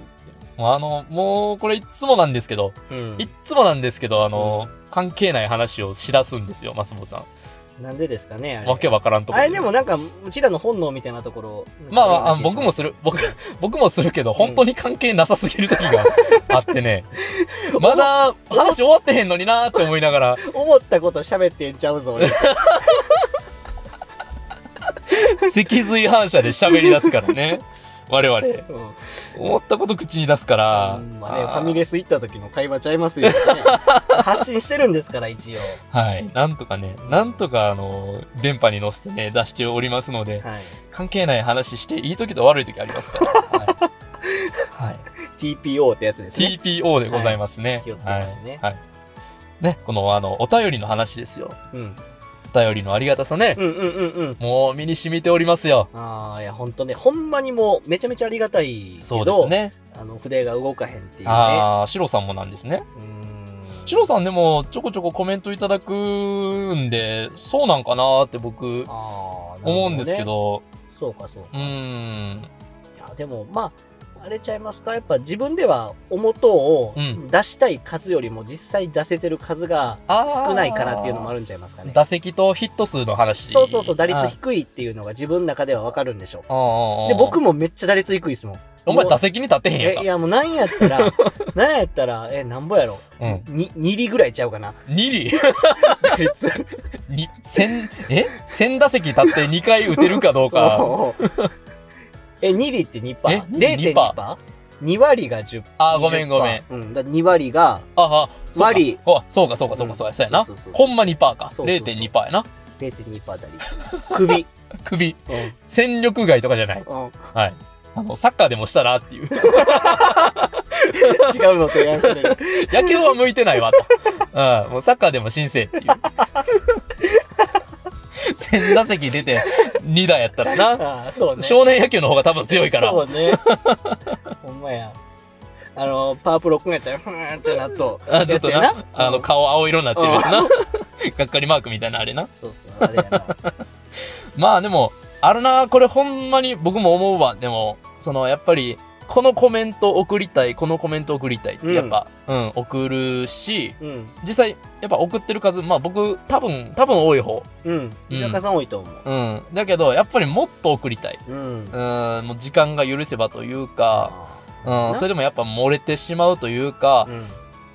C: もうあの、もうこれいっつもなんですけど、
A: うん
C: いっつもなんですけど、あの、関係ない話をしだすんですよ、松本さ
A: なんでですかねあ
C: ん。
A: れ
C: わけわからんとこ
A: あ
C: ろ
A: れでもなんかうちらの本能みたいなところ
C: まあまああ、僕も
A: そ
C: する、僕、 <laughs> 僕もするけど、本当に関係なさすぎる時があっ
A: <laughs>
C: てね、まだ話終わってへんのになーって思いながら、
A: 思ったこと喋ってんちゃうぞ俺
C: 脊髄反射で喋り出すからね、我々。
A: うん
C: 思ったこと口に出すから、
A: うんまあね、フ
C: あー
A: ァミレス行った時の会話ちゃいます
C: <laughs>
A: よ、ね、発信してるんですから一応
C: はい、なんとかね、なんとか、あの、電波に乗せてね、出しておりますので、
A: はい
C: 関係ない話していい時と悪い時ありますから、はい。はい、
A: TPO ってやつですね
C: TPO でございますね。
A: 気をつけますね
C: はい。はいね、この、あの、お便りの話ですよ。
A: うん
C: お便りのありがたさね。
A: うんうんうんうん
C: もう身に染みておりますよ。
A: ああいや本当ねほんまにもうめちゃめちゃありがたいけど
C: そうですね。
A: あの筆が動かへんっていうね
C: ああ、シロさんもなんですね。
A: うん
C: シロさんでもちょこちょこコメントいただくんで、そうなんかなーって
A: あーなる
C: 僕
A: ほね
C: 思うんですけど、
A: そうかそうか
C: うーん。
A: いやでもまああれちゃいますかやっぱ自分ではおもとを
C: うん
A: 出したい数よりも実際出せてる数が
C: あー
A: 少ないからっていうのもあるんちゃいますかね
C: 打席とヒット数の話。
A: そうそうそう打率
C: あ
A: 低いっていうのが自分の中ではわかるんでしょ
C: あああ
A: で僕もめっちゃ打率低いですもん
C: お前打席に立てへんやん
A: え
C: か
A: い。やもうなんやった
C: <laughs>
A: らなんやったらえなんぼやろ
C: うん。
A: に2厘ぐらいちゃう
C: <laughs>
A: かな
C: 二里
A: 打率
C: に、千、え千打席立って2回打てるかど
A: <laughs>
C: うか。
A: おうおうえ2厘って2%パ
C: え
A: ー0.2%パー2割が10
C: あーごめんごめん。
A: 20%うん、だ2割が
C: ああ、そうか
A: 割。
C: あそうかそうかそうかそうか、そうやな
A: そ。うそうそ
C: ほ
A: うん
C: ま2%か。
A: そうそうそう
C: 0.2%やな。
A: 0.2%だり首、
C: 首。
A: うん
C: 戦力外とかじゃない。
A: うん
C: はい。あの、サッカーでもしたらっていう。 <laughs>
A: 違うの提案される
C: 野球は向いてないわと。うん。もうサッカーでも申請っていう。1000打席出て2打やったらな。
A: ああそうね
C: 少年野球の方が多分強いから。
A: そうねほんまやあのパワープロ組めたらふーんってなっと
C: あずっとな
A: やつや、
C: あの、顔青色になってるやつな。がっかりマークみたいなあれな。
A: そうそうあれやな
C: まあでも、あるな、これほんまに僕も思うわ。でも、その、やっぱり、このコメント送りたい、このコメント送りたいって、やっぱ、うん、送るし、
A: うん
C: 実際、やっぱ送ってる数、まあ僕、多分、多分多い方。
A: うん石坂さん多いと思う
C: うん。だけど、やっぱりもっと送りたい。
A: うん
C: うん、もう時間が許せばというか、うん、それでもやっぱ漏れてしまうというか
A: う、ん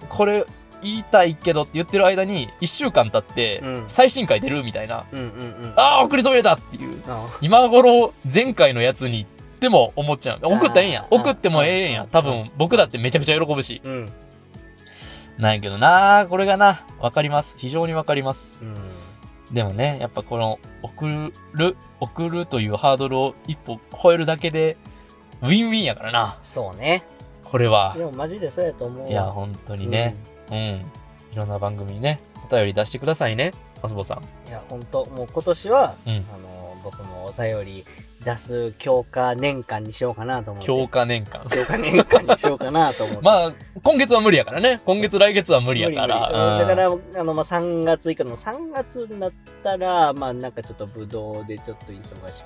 C: これ言いたいけどって言ってる間に、1週間経って
A: う、ん
C: 最新回出るみたいな、
A: うんうんうん
C: ああ、送りそびれたっていう。
A: あ
C: 今頃、前回のやつに、でも思っちゃう。送ったらええんや。
A: うん
C: 送ってもええん
A: う
C: や。
A: ん
C: 多分、僕だってめちゃくちゃ喜ぶし。
A: うん
C: なんやけどな、これがな、わかります。非常にわかります。
A: うん
C: でもね、やっぱこの、送る、送るというハードルを一歩超えるだけで、ウィンウィンやからな、
A: そうね
C: これは
A: で。もマジでそうやと思う
C: いや、本当
A: 当
C: にね、うん、いろんな番組にね、お便り出してくださいね、マスボさん。
A: いや本当もう今年は
C: うん。
A: あの僕もお便り出す強化年間にしようかなと思って
C: 強化年間。
A: 強化年間にしようかなと思って
C: <laughs> まあ、今月は無理やからね。今月、来月は無理やか
A: 無理
C: ら。
A: 無理だから、あの、まあ、3月以下の3月になったら、まあ、なんかちょっとブドウでちょっと忙しくなって、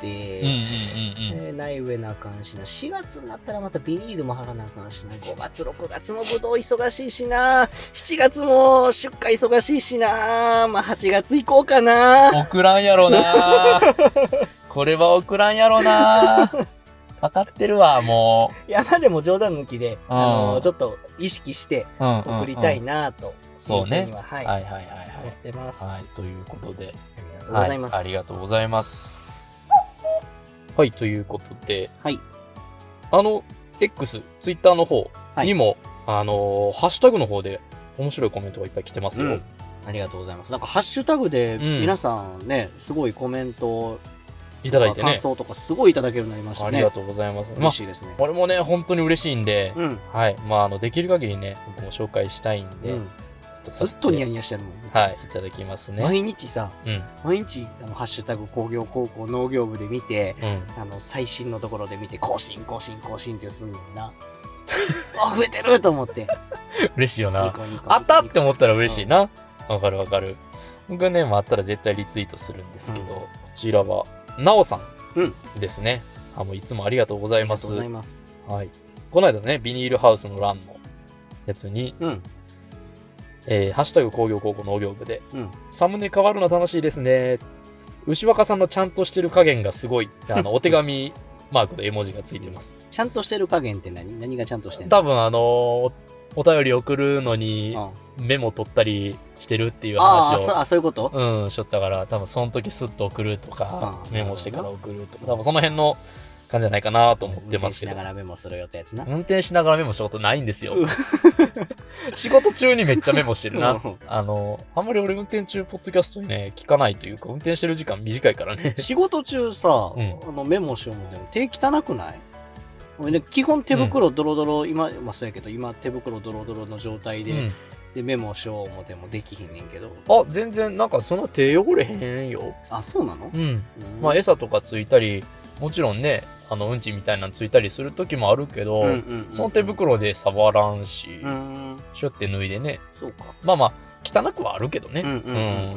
C: うんうんうんうん。
A: えーない上なあかんしな、4月になったらまたビニールも貼らなあかんしな、5月、6月もブドウ忙しいしな、7月も出荷忙しいしな、まあ、8月以降かな。
C: 送らんやろなこれは送らんやろな分かってるわ、も
A: いや、まあでも冗談抜きで、
C: うん
A: あの、ちょっと意識して
C: う。うんうんうん
A: 送りたいなと、
C: そう
A: いうふ
C: ね
A: に。ははい、
C: はいはいはいはい
A: 思っ。てます。あ
C: はい、ということ
A: り
C: で。
A: がとうございます。
C: はい、ありがとうございます。はい、ということで、
A: はい
C: あの、X、Twitter の方にも、あのー、ハッシュタグの方で面白いコメントがいっぱい来てますよ。
A: うんありがとうございます。なんかハッシュタグで
C: うん
A: 皆さんね、すごいコメント
C: いた
A: と
C: だ
A: か
C: いて
A: 感
C: ね。
A: 想とかすごいいただけるようになりまし
C: あ
A: た
C: り
A: ね。
C: がとうございます。ま
A: 嬉
C: あ、
A: しいですね。
C: これもね、本当に嬉しいんで、
A: うん。
C: はい、まあ、あの、できる限りね、僕も紹介したいんで、
A: う
C: ちょ
A: ん、
C: っとさ
A: ず
C: せ
A: ってとニヤニヤしてるもん。
C: はい、いただきますね。
A: 毎日さ、
C: うん、
A: 毎日あのハッシュタグ工業高校農業部で見て、
C: うん。
A: あの最新のところで見て、更新、更新、更新ってすんねん
C: <laughs>
A: な。あ、増えてると思って。
C: 嬉しいよ
A: ニ
C: な。
A: コニコ
C: あったって思ったら嬉しい。な。わかるわかる。僕ね、まああったら絶対リツイートするんですけど、
A: うん
C: こちらは、なおさん。
A: うん
C: ですね。あもういつもありがとうござい
A: りが
C: ま
A: と
C: す。
A: うございます。
C: はい。この間ね、ビニールハウスの欄のやつに、
A: うん。
C: えーハッシュタグ工業高校農業部で、
A: うん
C: サムネ変わるの楽しいですね。牛若さんのちゃんとしてる加減がすごい。あの、お手紙 <laughs> マークの絵文字がついてます。
A: ちゃんとしてる加減って何何がちゃんとしてんの
C: 多分あのーおお便り送るのに
A: あ
C: メモ取ったりしてるっていう
A: ああ
C: 話
A: そ
C: を、
A: あ、そういうこと
C: うん、しょったから、多分その時スッと送るとか
A: う、ん
C: メモしてから送るとか、多分その辺の感じじゃないかなと思ってます
A: 運転し
C: け
A: な
C: ど
A: が。らメモするよってやつな。
C: 運転しながらメモしたことないんですよ
A: う。
C: 仕事中にめっちゃメモしてるな。
A: うん
C: あの、あんまり俺運転中、ポッドキャストにね、聞かないというか、運転してる時間短いからね。
A: <laughs> 仕事中さ、
C: うん
A: あのメモしようもんでも手汚くない俺ね基本手袋ドロドロ、今、まあ、そうやけど、今手袋ドロドロの状態
C: う
A: で、
C: ん。
A: でメモしようもでもできひんねんけど。
C: あ、全然、なんかそんな手汚れへんよ。
A: あ、そうなの
C: うん。
A: うん
C: まあ、餌とかついたり、もちろんね、あの、うんちみたいなのついたりする時もあるけど、
A: うんうんうんうん
C: その手袋で触らんし、
A: うん、
C: シュッて脱いでね、
A: そうか。
C: まあまあ、汚くはあるけどね。
A: うんうんうんうん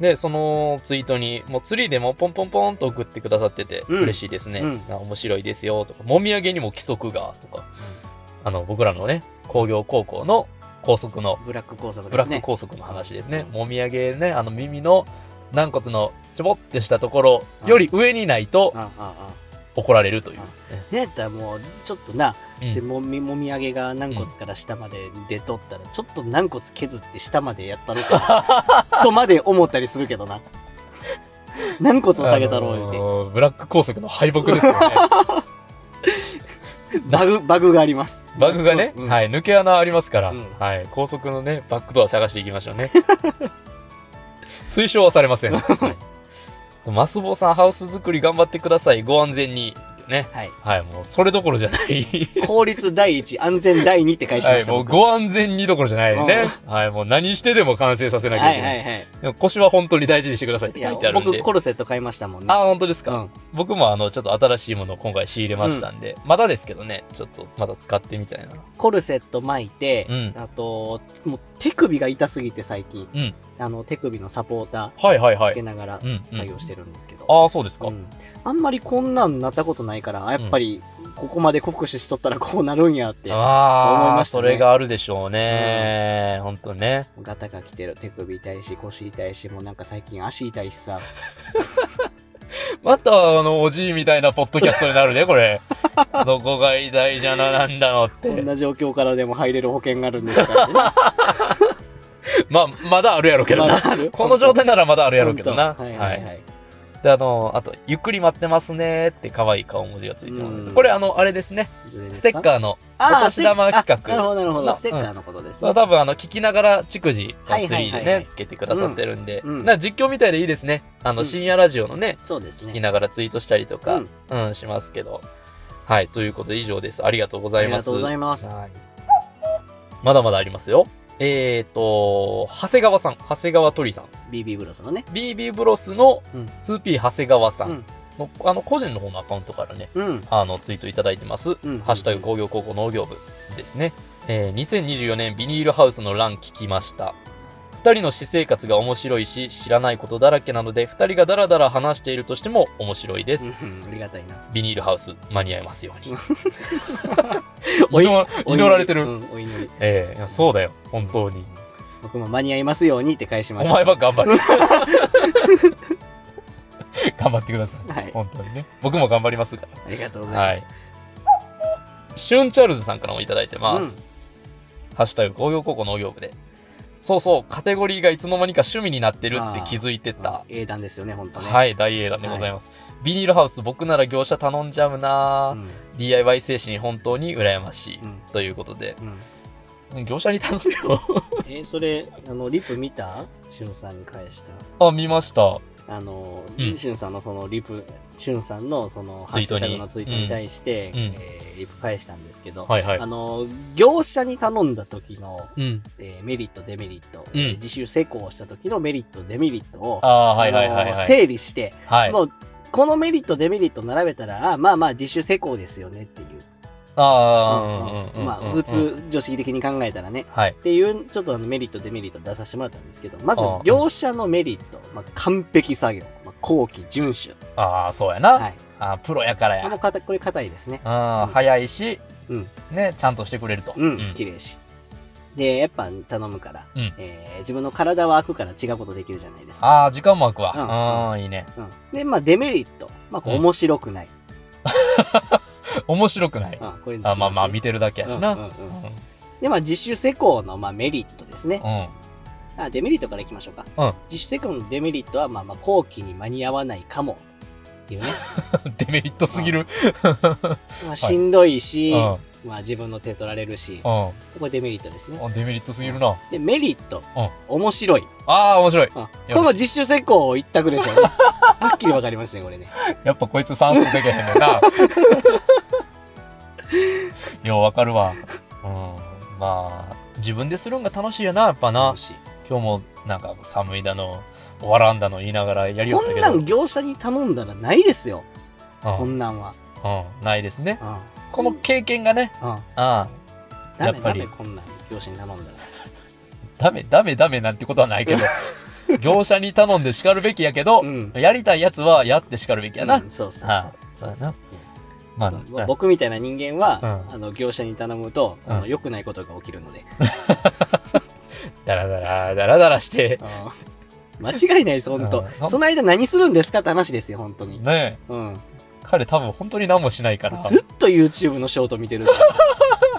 C: で、そのツイートに、もうツリーでもポンポンポンと送ってくださってて、
A: うん
C: 嬉しいですね。
A: うん
C: あ面白いですよ、とか、もみあげにも規則が、とか、あの、僕らのね、工業高校の高速の、
A: ブラック工作
C: ブ
A: で
C: ラ
A: す
C: ック
A: ね。
C: 高速の話ですね。
A: うん
C: もみあげね、あの耳の軟骨のちょぼってしたところより上にないと
A: あああ
C: 怒られるという。
A: あねやったらもうちょっとな、
C: うん
A: でもみもみあげが軟骨から下まで出とったら、ちょっと軟骨削って下までやったろかな <laughs> とまで思ったりするけどな <laughs> 軟骨を下げたろう言うて、
C: あのーブラック高速の敗北ですよね。
A: バグバグがあります
C: バグがね、
A: うん
C: はい、抜け穴ありますから、
A: うん
C: はい、高速のね、バックドア探していきましょうね。 <laughs> 推奨はされません。はいマスボさん、ハウス作り頑張ってください。ご安全に。ね。
A: はい
C: はい、もうそれどころじゃない。
A: 効率第一安全第二って返し
C: は
A: ま
C: い、
A: した、
C: もう
A: 僕
C: ご安全にどころじゃないね。はい、もう何してでも完成させなきゃ
A: はいい
C: け
A: は
C: ない。
A: いはい
C: でも腰は本当に大事にしてくださいっ
A: い
C: て書
A: や
C: いてあるん
A: 僕
C: で。
A: コルセット買いましたもんね
C: あ、本当ですか。
A: うん
C: 僕もあの、ちょっと新しいものを今回仕入れましたんで、まだですけどね、ちょっとまだ使ってみたいな。
A: コルセット巻いて、
C: うん
A: あともう手首が痛すぎて最近、
C: うん
A: あの手首のサポータ
C: はいはい
A: ー
C: は
A: つけ
C: い。
A: ながら
C: うん、うん
A: 作業してるんですけど、
C: ああ、そうですか。
A: うんあんまりこんなんなったことないから、やっぱりここまで酷使しとったら <laughs> こうなるんやって、思
C: あ
A: い
C: あ、
A: ました
C: そ
A: ね
C: れがあるでしょうね。ほん、本当ね。
A: ガタが来てる、手首痛いし、腰痛いし、もうなんか最近足痛いし
C: <laughs>
A: さ、
C: また、あの、おじいみたいなポッドキャストになるね、こ <laughs> れ。どこが偉大じゃな、なんだのっ
A: こん
C: て。
A: な状況からでも入れる保険があるんです
C: <laughs>
A: かってね、
C: まあ、まだあるやろうけどな。
A: まあある
C: この状態ならまだあるやろうけどな。
A: 本当
C: は
A: はいいはいはい。
C: で、あの、あと、ゆっくり待ってますねって可愛い顔文字がついてますけど
A: うん
C: これ、あの、あれですね。ステッ
A: ー、
C: カーの、
A: あー
C: お年玉企画
A: あなるほどなるほ
C: の
A: ど、ステッカーのことです
C: ま
A: ね。
C: あ、多分、あの、聞きながら、逐次、
A: はい
C: ツリー
A: は
C: で
A: いはいは
C: ね
A: い、
C: つけてくださってるんで、
A: うんうん
C: なんか実況みたいでいいですね。あ
A: う
C: の、
A: ん
C: 深夜ラジオのね、
A: そうです
C: 聞き
A: ね。
C: ながらツイートしたりとか、
A: うん
C: うん、しますけど。はい、ということで以上です。ありがとうござ
A: あ
C: い
A: り
C: ま
A: が
C: す。
A: とうございます。
C: はいまだまだありますよ。えーと、長谷川さん、長谷川鳥さん、
A: BB ブロスのね。
C: BB ブロスの
A: うん
C: 2P 長谷川さ
A: うんん
C: の、あの、個人の方のアカウントからね、
A: うん。
C: あの、ツイートいただいてます。
A: うん
C: ハッシュタグ工業高校農業部ですね。えー2024年ビニールハウスの欄聞きました。2人の私生活が面白いし、知らないことだらけなので、2人がダラダラ話しているとしても面白いです。
A: うんありがたいな。
C: ビニールハウス間に合いますように。
A: <laughs> お
C: 祈ら祈られて
A: う
C: る。
A: んお祈り。
C: ええいやそうだよ、本当に。
A: 僕も間に合いますようにって返しま
C: お
A: した。
C: 前は頑
A: <laughs>
C: 張る。頑張ってください。
A: はい。
C: 本当にね。僕も頑張りますか
A: ありがとうご
C: ら。
A: ざ
C: はいい。シュンチャールズさんからもいただいて
A: ま。
C: ますす。ハッシュタグ工業高校農業部で。そうそう、カテゴリーがいつの間にか趣味になってるって気づいてた。
A: 英断ですよね、本当ね。い。
C: はい、大英断でございます。ビニールハウス、僕なら業者頼んじゃうな、
A: うん。
C: DIY 精神本当に羨ましい。
A: うん
C: ということで、
A: うん
C: 業者に頼むよ。
A: えーそれ、あの、リプ見たしゅんさんに返した。
C: あ、見ました。
A: あの、
C: うん
A: しゅんさんのそのリプ、しゅんさんのその、
C: ツイートに
A: ハッシュタグのツイートに対して、
C: うんうん
A: えーリプ返したんですけど、
C: はいはい
A: あ。の、業者に頼んだ時の、
C: うん。
A: えーメリット、デメリット、
C: うん
A: えー自主施工した時のメリット、デメリットを、
C: ああ、はいはいはい
A: あ
C: は
A: の
C: い。
A: 整理して、
C: はい。
A: もう、このメリット、デメリット並べたら、あまあまあ、自主施工ですよねっていう。
C: ああ、うんうんうんうんうん
A: まあ、普。通、常識的に考えたらね。
C: はい。
A: っていう、ちょっとあのメリット、デメリット出させてもらったんですけど、まず
C: ああ、
A: 業者のメリット、まあ、完璧作業、まあ、後期遵守。
C: ああ、そうやな。
A: はい。
C: あープロやから
A: これ
C: や。
A: も硬い、これ硬いですね。
C: あ
A: うん
C: 早いし、
A: うん
C: ね、ちゃんとしてくれると。
A: う
C: うん
A: ん、綺麗し。で、やっぱ頼むから、
C: うん
A: えー自分の体は空くから違うことできるじゃないですか。
C: ああ、時間も空くわ。
A: うん
C: ああ、いいね。
A: うん、で、まあデメリット。まあ、こう
C: うん
A: 面白くない。
C: 面白くない。
A: うん、これにつき
C: あ
A: す
C: まあまあ、見てるだけやしな。う
A: うんうん
C: ん。
A: うんで、まあ、自主施工の、まあ、メリットですね。
C: うん。 <laughs>
A: あ、デメリットからいきましょうか。
C: うん
A: 自主施工のデメリットは、まあまあ、後期に間に合わないかも。って
C: <laughs>
A: いうね。
C: デメリットすぎる。
A: まあ、しんどいし、
C: うん。
A: まあ、自分の手取られるし、こ
C: うん。
A: れデメリットですね。
C: あデメリットすぎるな。
A: で、メリット。面白い。
C: ああ、面白い。
A: うんこれも実習施工一択ですよ
C: <laughs>
A: ね。はっきりわかりますね、これね。
C: やっぱこいつ算数できへんね
A: <laughs>
C: んな。ようわかるわ。うん。まあ、自分でするんが楽しいよな、やっぱな
A: 楽。しい
C: 今日もなんか寒いだの、笑んだの言いながらやりよっ
A: こ
C: た
A: ん
C: け
A: な
C: ど。
A: ん業者に頼んだらないですよ。こ
C: うん
A: んなんは。
C: うん。ないですね。
A: うん。
C: この経験がね、
A: うん。
C: ああ、
A: ダ
C: や
A: メ
C: っぱ
A: ダ
C: り
A: メ、こんなん業者に頼んだら。
C: ダメ、ダメ、ダメなんてことはないけ
A: <laughs>
C: ど、業者に頼んで叱るべきやけど
A: う、ん。
C: やりたいやつはやって叱るべきやな
A: う。んそうそう
C: ああ
A: そう。
C: そうやなまあ、
A: うん僕みたいな人間は、
C: う
A: あの業者に頼むと、あ
C: う
A: の
C: ん
A: 良くないことが起きるので、
C: だらだら、だらだらして、
A: あの間違いないです、本
C: う
A: 当。
C: ん
A: その間何するんですかって話ですよ、本当に。
C: ねえ。
A: うん。
C: 彼多分本当に何もしないから。
A: ずっと YouTube のショート見てる。 <laughs>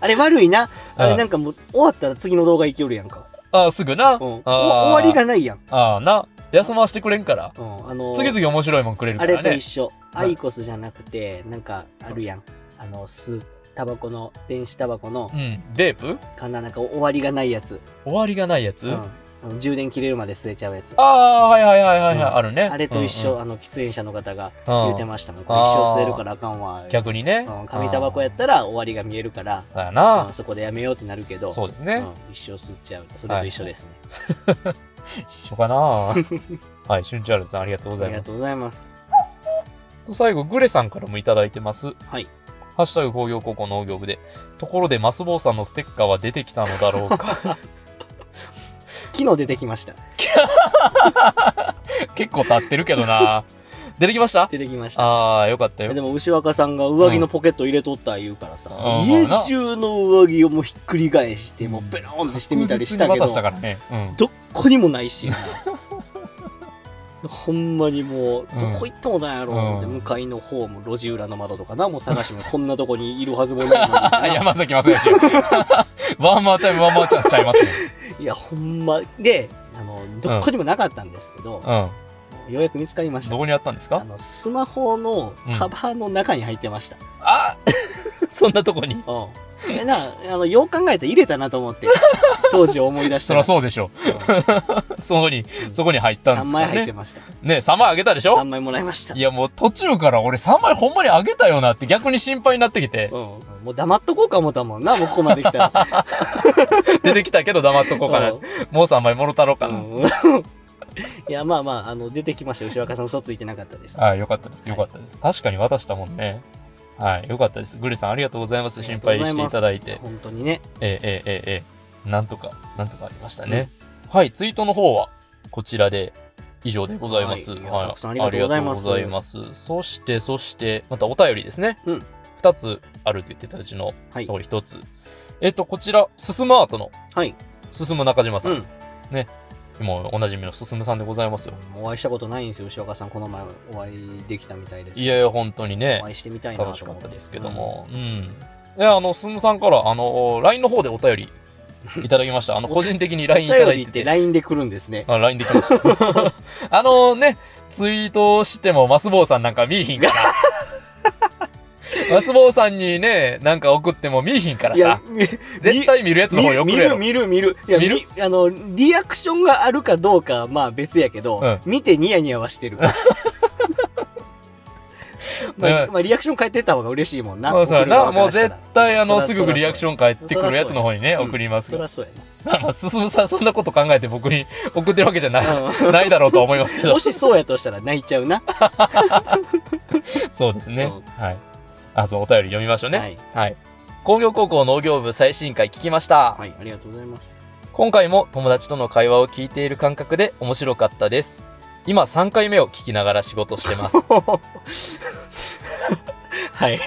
A: あれ悪いな。あれなんかもう終わったら次の動画いけるやんか。
C: あすぐな。
A: うん。お
C: あー
A: 終わりがないやん。
C: ああな。休ませてくれんから。
A: うん。あのー
C: 次々面白いもんくれる
A: あ
C: か
A: れ
C: ら
A: と
C: ね
A: 一。緒。
C: ん
A: アイコスじゃなくて、なんかあるやん。あの、吸うタバコの、電子タバコの
C: う、ん。ベープ
A: かな、なんか終わりがないやつ。
C: 終わりがないやつ、
A: うん。
C: あ
A: あの充電切れるまで吸えちゃうやつ。
C: あ、はいはいはいはい、はい
A: うん
C: あるね。
A: あれと一緒、あの、喫煙者の方が言って
C: も
A: ましたもん。これ一生吸えるからあかんわ。
C: 逆にね。
A: うん紙タバコやっ
C: ら。
A: たら終わりが見えるから、
C: だよ
A: う。
C: なん
A: そこでやめようってなるけど、
C: そうですね。
A: うん一生吸っちゃうとそれと一緒ですね、
C: 一
A: <laughs>
C: 緒かな。はい、シュンチャールズさんありがとうござ
A: あ
C: い
A: りが
C: ま
A: と
C: す
A: う。ございます
C: と最後、グレさんからもいただいてます。
A: はい
C: ハッシュタグ工業高校農業部で。ところで、マスボウさんのステッカーは出てきたのだろうか。
A: <laughs> 昨日出てきました
C: 結構経ってるけどな。出てきました
A: 出てきました
C: ああ、よかったよ
A: で。も牛若さんが上着のポケット入れとった言うからさ、
C: うん
A: 家中の上着をもうひっくり返してもうベローンってしてみたりしたけど
C: 確実に渡したからね。うん。 <laughs>
A: どっこにもないしほんまにもう
C: うん
A: どこ行ったもなんやろう思って、
C: うん
A: 向かいの方も路地裏の窓とかなもう探してもこんなとこにいるはずもないのに
C: あ <laughs>
A: な
C: 山崎まさよし。ワンマータイム、ワンマーチャンスちゃいますね。
A: いやほんまであのどっこにもなかったんですけど、
C: う
A: ようやく見つかりまし
C: ん。
A: た
C: どこにあったんです
A: あ
C: か
A: のスマホのカバーの中に入ってました。
C: あ <laughs> そんなとこに。
A: うん。えなあのよう考えて入れたなと思って、 <laughs> 当時思い出し
C: そ
A: た
C: りゃ
A: ら。
C: そうでしょ。そこに、
A: うん
C: そこに入ったんで
A: 3
C: すか
A: 枚入って
C: ね。
A: ました。
C: ね3枚あげたでし
A: 3
C: ょ
A: 枚もらいました。
C: いやもう途中から俺3枚ほんまにあげたよなって逆に心配になってきて
A: うん、もう黙っとこうか思ったもんな、もうここまで来
C: <laughs>
A: たら。
C: 出てきたけど黙っとこうかな
A: うん。
C: もう3枚もろたろうかな。
A: うん <laughs> いや、まあまあ、あの出てきました。牛若さん嘘ついてなかったです。
C: あよかったです。よかったです。確かに渡したもんね。はい、よかったです。グレさんありがとうございます。心配していただいて。
A: 本当にね。
C: ええええええなんとか、なんとかありましたね。はい、ツイートの方はこちらで以上でございます。
A: はいいや
C: は
A: たくさんありがとうございます
C: ありがとうございますそして、そして、またお便りですね。
A: うん
C: 2つあると言ってたうちの
A: はい
C: 通。り1つ。えっと、こちら、進むアートの
A: はい。
C: 進む中島
A: う
C: さん。
A: ん。
C: もうおなじみの進むさんでございますよ。
A: お会いしたことないんですよ、牛若さん。この前お会いできたみたいですけ
C: い
A: ど。
C: やいや、本当にね
A: お、会いしてみたいなと思って
C: 楽しかったですけど。も。うん。で、あの、進むさんから、あの、LINE の方でお便りいただきました。あの、個人的に LINE いた
A: お
C: だ
A: 便り
C: い
A: ってて
C: て。
A: LINE で来るんですね。
C: あ、LINE できました。 <laughs> あのね、ツイートしてもマスボウさんなんか見えひん
A: <laughs>
C: から。マスボウさんにね、なんか送っても見えひんから
A: いや
C: さ、、
A: み
C: 絶対見るやつの方よく
A: 見
C: れ
A: る
C: ろ。
A: 見る見る。いや
C: 見る
A: みあの、リアクションがあるかどうかはまあ別やけど、
C: う
A: 見てニヤニヤはして
C: <laughs>
A: る。 <laughs> まあ、
C: ね
A: まあ、リアクション変えてた方が嬉しいもんな。
C: そうそう
A: 送る側
C: な、もう
A: からした
C: 絶
A: ら
C: 対あの、
A: そ
C: す
A: らそら
C: ぐリアクション返ってくるやつの方にね、
A: そら
C: 送ります
A: そ
C: けど
A: らそう
C: まあ <laughs> まあ、進むさん、そんなこと考えて僕に送ってるわけじ
A: <laughs>
C: ゃない、
A: やな。
C: ないだろうとは思いますけ
A: うん
C: ど
A: も、しそうやとしたら泣いちゃうな。
C: そうですね
A: うん。
C: はい。あ、そう、お便り読みましょう
A: は
C: <laughs> ね。
A: い。
C: はい。工業高校農業部最新回聞きました。
A: はい、ありがとうございます。 <laughs>
C: 今回も友達との会話を聞いている感覚で面白かったです今3回目を聞きながら仕事し
A: <laughs>
C: てます。
A: はい。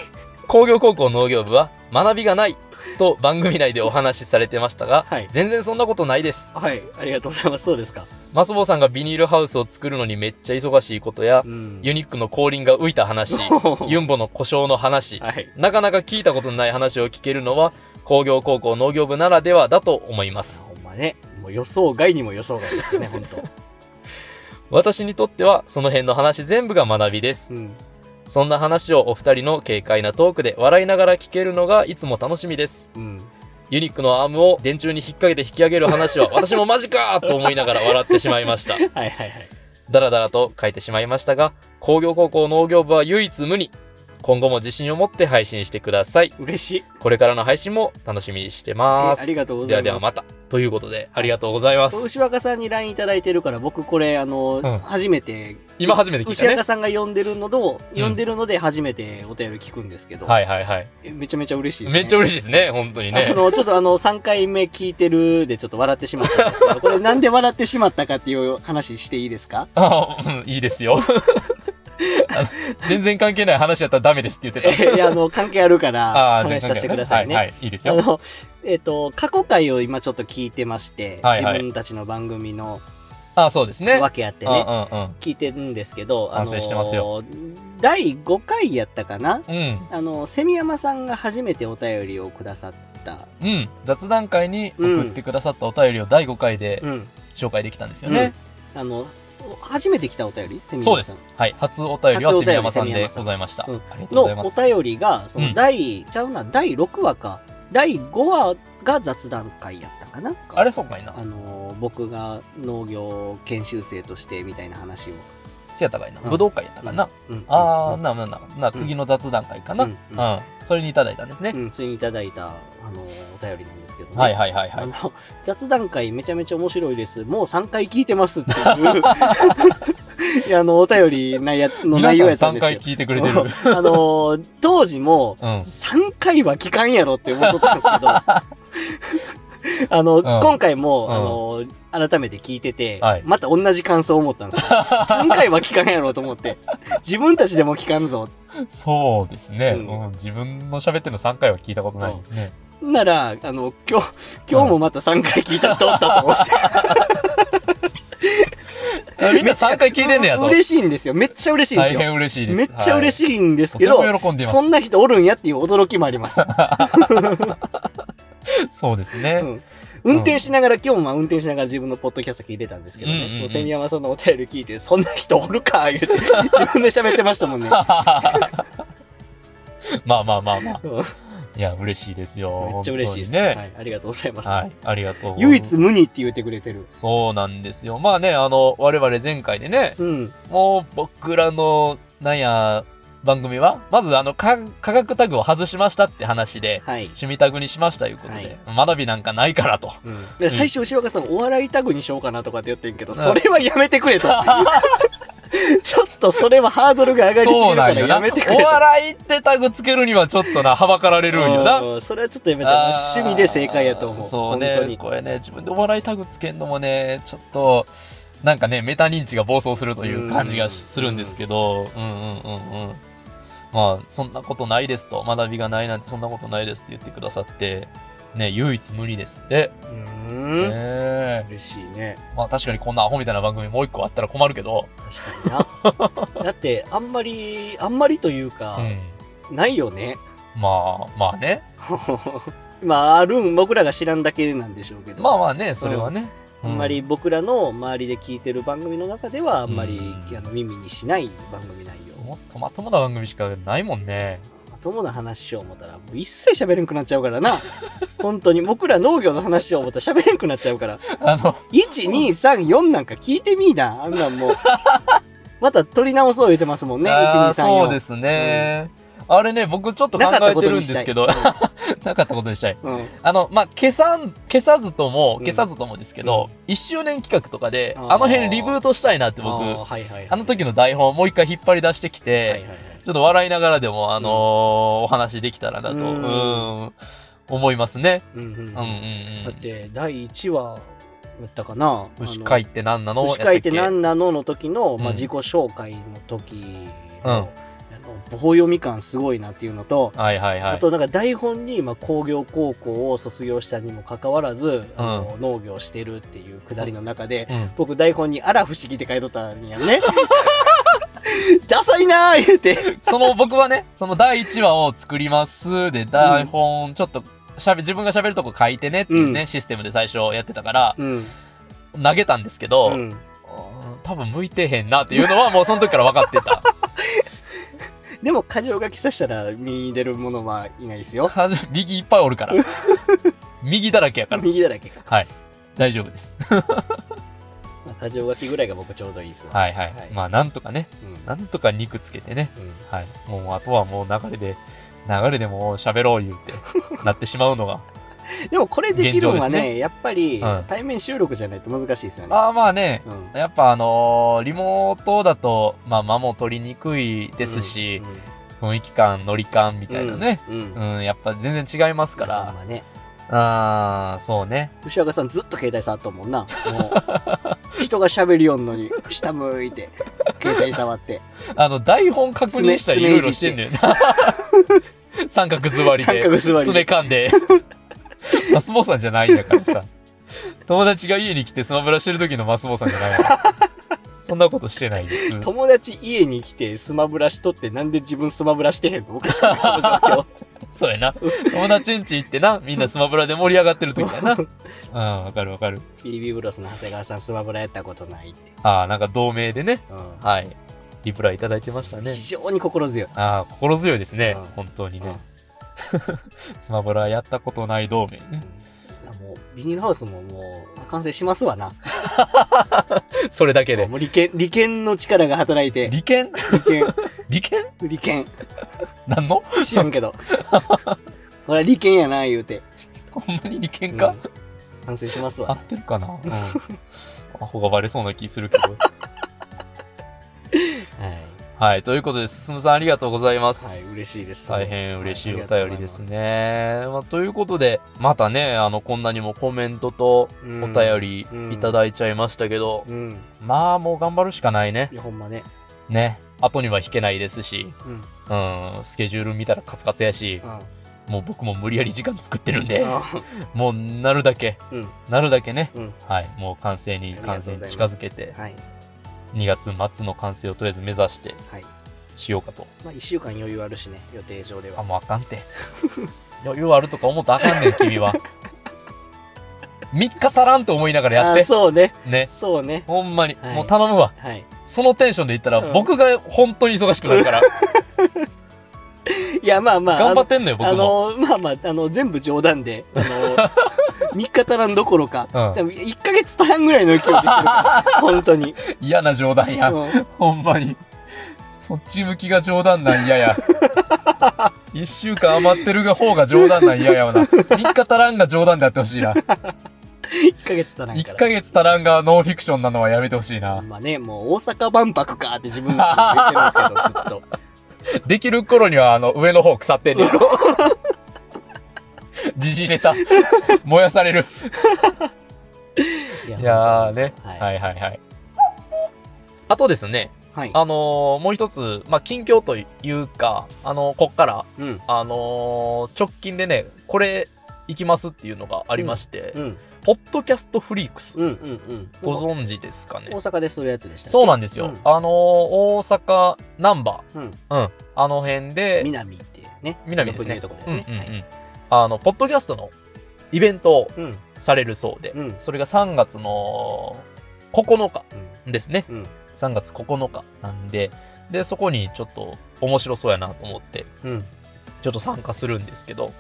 C: 工業高校農業部は学びがないと番組内でお話しされてましたが、
A: はい
C: 全然そんなことないです。
A: はい。ありがとうございます。そうですか。
C: マスボさんがビニールハウスを作るのにめっちゃ忙しいことや
A: う、ん。
C: ユニックの後輪が浮い
A: <laughs>
C: た話、ユ
A: ン。
C: ンボの故障の
A: <laughs>
C: 話、
A: はい。
C: なかなか聞いたことのない話を聞けるのは工業高校農業部ならではだと思います。
A: ほんまね。もう予想外にも予想外ですね、本当。
C: 私にとってはその辺の話全部が学びです。
A: うん。
C: そんな話をお二人の軽快なトークで笑いながら聞けるのがいつも楽しみです。
A: うん。
C: ユニックのアームを電柱に引っ掛けて引き上げる
A: <laughs>
C: 話は私もマジかと思いながら笑ってしまいました。
A: はいはいはい。
C: ダラダラと書いてしまいましたが、工業高校農業部は唯一無二。今後も自信を持って配信してください。
A: 嬉しい。
C: これからの配信も楽しみにしてま
A: あ
C: す。
A: りがとうご
C: で
A: ざいま
C: は
A: す。
C: ではまた。ということで、ありがとうございます。
A: 牛若さんに LINE いただいてるから、僕これ、あの、
C: うん
A: 初めて、
C: 今初めて聞い
A: 牛
C: たね
A: 若。さんが呼んでるのと、
C: うん
A: 呼んでるので初めてお便り聞くんですけど、
C: はいはいはい。
A: えめちゃめちゃ嬉しいです、ね。
C: めっちゃ嬉しいですね、本当に
A: あ
C: ね。
A: の、ちょっとあの、3回目聞いてるでちょっと笑ってしまったんですけ
C: <laughs>
A: ど、これなんで笑ってしまったかっていう話していいですか
C: あうんいいですよ。あ <laughs> の全然関係ない話やったらダメですって言ってた。
A: いや、あの、関係あるから、
C: ー全
A: 話
C: 然
A: させてくださいね。
C: はい、はい、いいです
A: あ
C: よ。
A: の、えっ、と、過去回を今ちょっと聞いてまして、
C: はいはい
A: 自分たちの番組の
C: あーそうですね。
A: わけあって
C: うんう
A: ね、
C: んうん。
A: 聞いてるんですけど、
C: 反省してますよ
A: 第5回やったかな
C: うん、
A: あの、セミヤマさんが初めてお便りをくださった。
C: うん、雑談会に送ってくださったお便りを第5回で
A: うん。
C: 紹介できたんですよね。
A: あの、初めて来たお便りセミヤマさん。
C: そうです。はい、初お便りは
A: 初お
C: 蝉
A: 便り
C: 山さん
A: 蝉
C: で
A: 山さん
C: ございました。
A: うん
C: ありがとう
A: の
C: ございま
A: お
C: す。
A: 便りが、そうの
C: ん
A: 第、ちゃうな、第6話か、第5話が雑談会やったかな
C: あれそうかいな
A: あ。のー、僕が農業研修生としてみたいな話を。
C: せやったかいな。
A: うん
C: 武道会やったかな。
A: うん、
C: あー、
A: うん
C: なななな次の雑談会かな。
A: う
C: うんん、それにいただいたんですね。
A: うん、ついにいただいた、あのー、お便りなんですけどね。
C: はいはいはいは
A: あ
C: い。
A: の、 <laughs> 雑談会めちゃめちゃ面白いです。もう3回聞いてますっていう。 <laughs> いや、あの、お便り内やの
C: 皆
A: 内容やっ
C: さ
A: た
C: ん
A: んです
C: 3回
A: よ。
C: 聞いてくれてる。
A: <laughs>
C: うん。
A: あのー、当時も、3回は聞かんやろって思っとったんですけど、あ <laughs> の、今回も、あの、改めて聞いてて、
C: はい
A: また同じ感想を思ったんです
C: <laughs>
A: よ。3回は聞かんやろと思って、自分たちでも聞かんぞ。
C: そうですね、
A: うん
C: うん自分の喋ってるの3回は聞いたことないですね。
A: なら、あの、今日、今日もまた3回聞いた人おったと思
C: <laughs>
A: って。
C: みんな3回聞いてんねやと。
A: 嬉しいんですよ。めっちゃ嬉しいんです
C: 大
A: よ。
C: 変嬉しいです。
A: めっちゃ嬉
C: しい
A: しいんです
C: と
A: け
C: て
A: ど、
C: も喜んでいま
A: そんな人おるんやっていう驚きもあり
C: <laughs>
A: ます。
C: す。そうですね。
A: うん運転しながら、今日も運転しながら自分のポッドキャスト聞いてたんですけど
C: うんうん
A: ね、
C: うん
A: そのセミヤマさんのお便り聞いて、そんな人おるか
C: <laughs>
A: 言って、自分で喋ってましたもんね。
C: <laughs> まあまあまあまあ。
A: うんめっ
C: いや、嬉しいですよ。
A: ちゃ嬉しいです。
C: 本当に
A: は
C: ね。
A: い、ありがとうございます。
C: はい。ありがとう。
A: 唯一。無二って言ってくれてる。
C: そうなんですよ。まあね、あの、我々前回でね、
A: うん。
C: もう僕らの、なんや、番組は、まずあの、か科学タグを外しましたって話で、
A: はい。
C: 趣味タグにしましたいうことで、学びなんかないからと。
A: うん、で最初、牛若さん、お笑いタグにしようかなとかって言ってんけど、それはやめてく
C: <laughs>
A: れと。ちょっとそれはハードルが上がりすぎ
C: そう
A: る
C: な
A: か
C: んよ
A: ら
C: な。
A: やめてくれ
C: お
A: と。
C: 笑いってタグつけるにはちょっとな、はばかられるんよな。
A: うんそれはちょっとやめて、趣味で正解やと思う。
C: そう
A: 本当
C: ね
A: に。
C: これね自分でお笑いタグつけんのもねちょっとなんかねメタ認知が暴走するという感じがしするんですけどうんうんうんうんまあそんなことないですと学びがないなんてそんなことないですって言ってくださってね唯一無二ですって、
A: う
C: ね
A: ーん。
C: え
A: 嬉しいね。
C: まあ確かにこんなアホみたいな番組もう一個あったら困るけど、
A: 確か <laughs> にな。だって、あんまり、あんまりというか
C: う、ん、
A: ないよね。 <laughs>
C: まあまあね
A: まあ、あるん、僕らが知らんだけなんでしょうけど、
C: まあまあねそれはね、
A: あんまり僕らの周りで聞いてる番組の中では、あんまり、
C: うん
A: あの耳にしない番組内容。
C: もっとまともな番組しかないもん
A: <laughs>
C: ね
A: まともな話しよう思ったら、もう一切喋れんくなっちゃうから
C: <laughs>
A: な。本当に、僕ら農業の話しよう思ったら喋れんくなっちゃうから。
C: あの
A: 1、2、3、4なんか聞いてみいな。あんなんも
C: <laughs>
A: う。また取り直そう言ってますもんね。1、2、
C: あ
A: 3、
C: ー
A: 4。
C: そうですね、あれね僕ちょっと考
A: なかっ
C: え
A: たこ
C: て
A: と
C: るん
A: にし
C: で
A: た
C: す
A: い
C: けど <laughs> なかったことにしたい
A: うん。うん
C: あのまあ消さん消さずとも
A: うん
C: 消さずともですけど、1周年企画とかで
A: あ
C: あ
A: ー
C: の辺リブートしたいなって僕
A: あー
C: あ
A: はいはいはい、
C: の時の台本をもう一回引っ張り出してきて、
A: はいはいはい
C: ちょっと笑いながらでもあのーお話できたらなと
A: う
C: うんーん思いますね
A: うんうん
C: うんうん
A: だっ
C: うん
A: て第1話やったかな
C: 牛飼い
A: い
C: って何なの
A: 牛飼いって
C: やた
A: 何なのの時の、まあ、
C: うん
A: 自己紹介の時
C: うん
A: の、あの棒読み感すごいなっていうのと、
C: っけはいはいは
A: あ
C: い。
A: となんか台本に、まあ、工業高校を卒業したにもかかわらず、あの農業してるっていうくだりの中で、
C: うん、
A: 僕台本に「あら不思議」って書いとったんや
C: <laughs>
A: ね。ダサいなー言うて。
C: その僕はね、その第1話を作りますで、台本ちょっとしゃべ、自分が喋るとこ書いてねっていうね、
A: う
C: システムで最初やってたから、
A: うん。
C: 投げたんですけ
A: う
C: ど、
A: ん、
C: うん多分向いてへんなっていうのはもうその時から分かってた。
A: <laughs> でも箇条書きさしたら身に出るものはいないですよ。
C: 右いっぱいおるから。右だらけやから。
A: 右だらけか。
C: 大丈夫です。
A: まあ、箇条書きぐらいが僕ちょうどいいですわ。
C: はいはい。
A: はい
C: まあなんとかね、
A: うん
C: なんとか肉つけてね。
A: うん
C: はい。もうあとはもう流れで、流れでもう喋ろう言うて、なってしまうのが。
A: でもこれできるのは
C: 現状で
A: ね
C: すね
A: やっぱり
C: うん
A: 対面収録じゃないと難しいですよね。
C: ああまあね、
A: うん
C: やっぱあのーリモートだと、まあ間も取りにくいですし、、雰囲気感、ノリ感み
A: み
C: たいなね。。
A: うんうん
C: うん、やっぱ全然違いますか
A: ほ
C: ら
A: ん。まね、
C: ああ、そうね。
A: 牛若さんずっと携帯触っとん
C: <laughs>
A: もんな。もう人が喋りよんのに下向いて携帯触っ
C: <laughs>
A: て
C: あの、台本確認したりい
A: 爪
C: ろいろしてんねんな。 <laughs> 三角座り
A: 三
C: で。
A: 角座り
C: 爪
A: で。
C: 噛ん <laughs> で。マスボさんじゃないんだからさ。友達が家に来てスマブラしてる時のマスボさんじゃないわ。そんなことしてないです。
A: 友達家に来てスマブラしとってなんで自分スマブラしてへんのおかしくないその状況。
C: そうやな。友達ん家行ってな、みんなスマブラで盛り上がってる時だ <laughs> な。うん、わかるわかる。
A: ビリビブロスの長谷川さんスマブラやったことないって。
C: ああ、なんか同盟でね、
A: うん
C: はい。リプライいただいてましたね。
A: 非常に心強い。
C: ああ、心強いですね
A: うん。
C: 本当に
A: うん
C: ね。 <laughs> スマブラやったことない同盟
A: <laughs>
C: ね。
A: もうビニールハウスももう完成しますわな。
C: それだけで。
A: もう利権、利権の力が働いて。
C: 利権
A: 利権、
C: 利権
A: 利権。
C: なんの <laughs>
A: 知らんけど。ほら、利権やな、言うて。
C: ほんまに利権
A: う
C: か
A: ん、反省します
C: 合
A: わ。
C: ってるかな、 <laughs> うん、アホがバレそうな気するけど。
A: はい。
C: はい、ということで、進さんありがとうございます。
A: はい、嬉しいです。
C: 大変嬉しい
A: は
C: お便りです。ね。まあ、ということで、またね、あの、こんなにもコメントと
A: お
C: お便
A: うん
C: りいただいちゃいましたけど、
A: うん。うん
C: まあ、もう頑張るしかないね
A: い。や、ほんまね。
C: ね。後には引けないですし、
A: うん。うん。
C: うん、スケジュール見たらカツカツやし、もう僕も無理やり時間作ってるんで、もうなるだけ、
A: うん
C: なるだけね、
A: うん
C: はい、もう完成
A: あ
C: に
A: りがとう
C: 完
A: ござ
C: 成
A: い
C: に
A: ます
C: 近づけて、
A: はい。
C: 2月末の完成をとりあえず目指して
A: はい
C: しようかと。
A: まあ、一週間余裕あるしね、予定上で
C: あ、
A: は。
C: もうあか
A: <laughs>
C: んて。余裕あるとか思ったらあかんねん、君は。3日足らんと思いながらやっ
A: あ、
C: て。
A: そうね。
C: ね。
A: そうね。
C: ほんまに、
A: はい
C: もう頼むわ。
A: はい。
C: そのテンションで言ったら、
A: うん
C: 僕が本当に忙しくなるから。
A: いや、まあまあ。
C: 頑張ってんのよ、僕
A: あ
C: も。
A: のまあまああの全部冗談であ
C: <laughs>
A: の三日足らんどころか、
C: うん
A: でも1ヶ月足らんぐらいの勢いでしてる
C: <laughs>
A: から本当に、
C: 嫌な冗談や。
A: うん
C: ほんまに。そっち向きが冗談なん嫌 <laughs> や。1週間余ってるが方が冗談なん嫌やわな。3日足らんが冗談であってほしいな。
A: 1ヶ月足らんか
C: 1
A: ら
C: ヶ月足らんがノンフィクションなのはやめてほしいな。
A: まあねもう大阪万博かって自分の中で言ってるんですけどずっ
C: できる頃にはあの上の方腐って <laughs> んねん時事ネタ燃やされる
A: とい
C: <laughs> いやーね、
A: はい
C: はい、はいはいあとですね
A: はい
C: あのーもう一つまあ近況というかあのーこっから
A: うん
C: あのー直近でねこれ行きますっていうのがありまして、
A: うん
C: ポッドキャストフリークス、
A: うんうんうん
C: ご存知ですかね
A: 大阪でするやつでしたっけ
C: そうなんですよ、
A: うん
C: あのー大阪難波
A: うん
C: うんあの辺で
A: 南っていうね
C: 南ですね
A: 俗に言うとこですね、
C: うんうんうん
A: はい
C: あのポッドキャストのイベントを
A: うん
C: されるそうで、
A: うん
C: それが3月の9日ですね、
A: うん
C: 3月9日なんででそこにちょっと面白そうやなと思って
A: うん
C: ちょっと参加するんですけど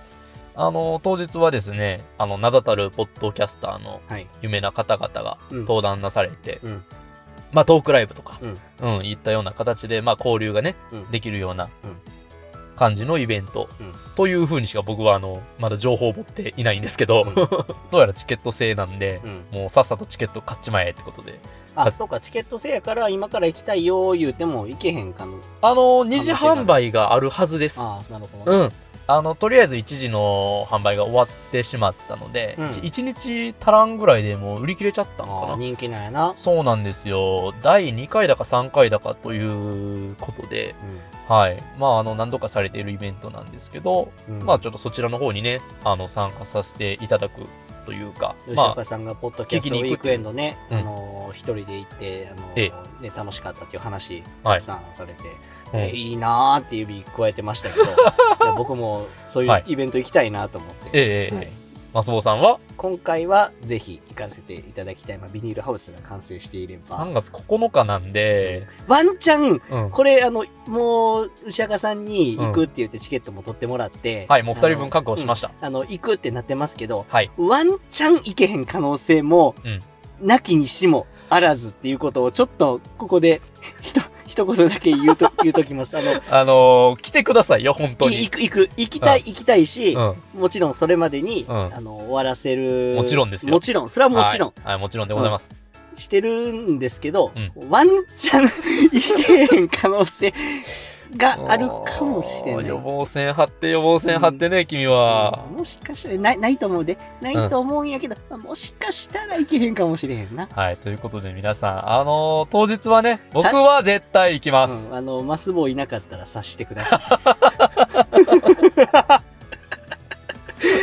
C: あの当日はですねあの名だたるポッドキャスターの
A: はい
C: 有名な方々が
A: うん
C: 登壇なされて、
A: うん
C: まあ、トークライブとか、
A: うん
C: うんいったような形で、まあ、交流がね、
A: うん
C: できるような
A: うん
C: 感じのイベント、
A: うん
C: というふうにしか僕はあのまだ情報を持っていないんですけ <laughs> ど、
A: うん
C: どうやらチケット制なんで、
A: うん
C: もうさっさとチケット買っちまえってことで
A: あそうかチケット制やから今から行きたいよー言うても行けへんかの
C: あの二次販売があるはずです
A: ああなるほどね
C: うんあの、とりあえず1時の販売が終わってしまったので、
A: うん
C: 一1日足らんぐらいでもう売り切れちゃったのか
A: あ
C: な
A: ー。人気なんやな、
C: そうなんですよ。第2回だか3回だかということで、はい。まあ、あの、何度かされているイベントなんですけど、
A: うんうん
C: まあ、ちょっとそちらの方にね、あの、参加させていただくというか、
A: 吉
C: まあ、
A: 岡さんがポッドキャス
C: 聞き
A: トウ
C: に
A: ィ
C: 行
A: ー
C: く
A: クエンドね、
C: うん
A: あのー一人で行って、あのー
C: え
A: ね、楽しかったっていう話、
C: は
A: た
C: い
A: くさんされて、
C: うん
A: えいいなーって指加えてました
C: <laughs>
A: けど、いや僕もそうい
C: は
A: う
C: い
A: イベント行きたいなと思って、
C: えええ
A: はい
C: えマスボさんは
A: 今回はぜひ行かせていただきたい、まあ、ビニールハウスが完成していれば
C: 3、月9日なんで、
A: ワンチャン、
C: うん。
A: これ、あの、もう、牛若さんに行くって言ってチケットも取ってもらって、
C: はい、もう2人分
A: あの
C: 確保しました。
A: あの、行くってなってますけど、
C: はい
A: ワンチャン行けへん可能性も、
C: うん
A: なきにしもあらずっていうことをちょっと、ここで、 <laughs> ひと、一言だけ言
C: <laughs>
A: うと、言うときます。あの、
C: あのー来てくださいよ、本当
A: い
C: に
A: 行。く、行く、行きたい、行きたいし
C: う、ん。
A: もちろんそれまでに、
C: うん
A: あの、終わらせる。
C: もちろんですよ
A: もちろん、それはもちろん、
C: はい。はいもちろんでございます。
A: してるんですけど、
C: う
A: ワンチャン行けへん可能性があるかもしれな
C: おー
A: い
C: 予。防線張って、予防線張ってね、君は。
A: もしかしたらないないと思うでないと思うんやけど、まあもしかしたらいけへんかもしれへんな、
C: はい、ということで皆さん、あのー当日はね、僕は絶対行きま
A: う
C: す。
A: んあのマスボいなかったら察してください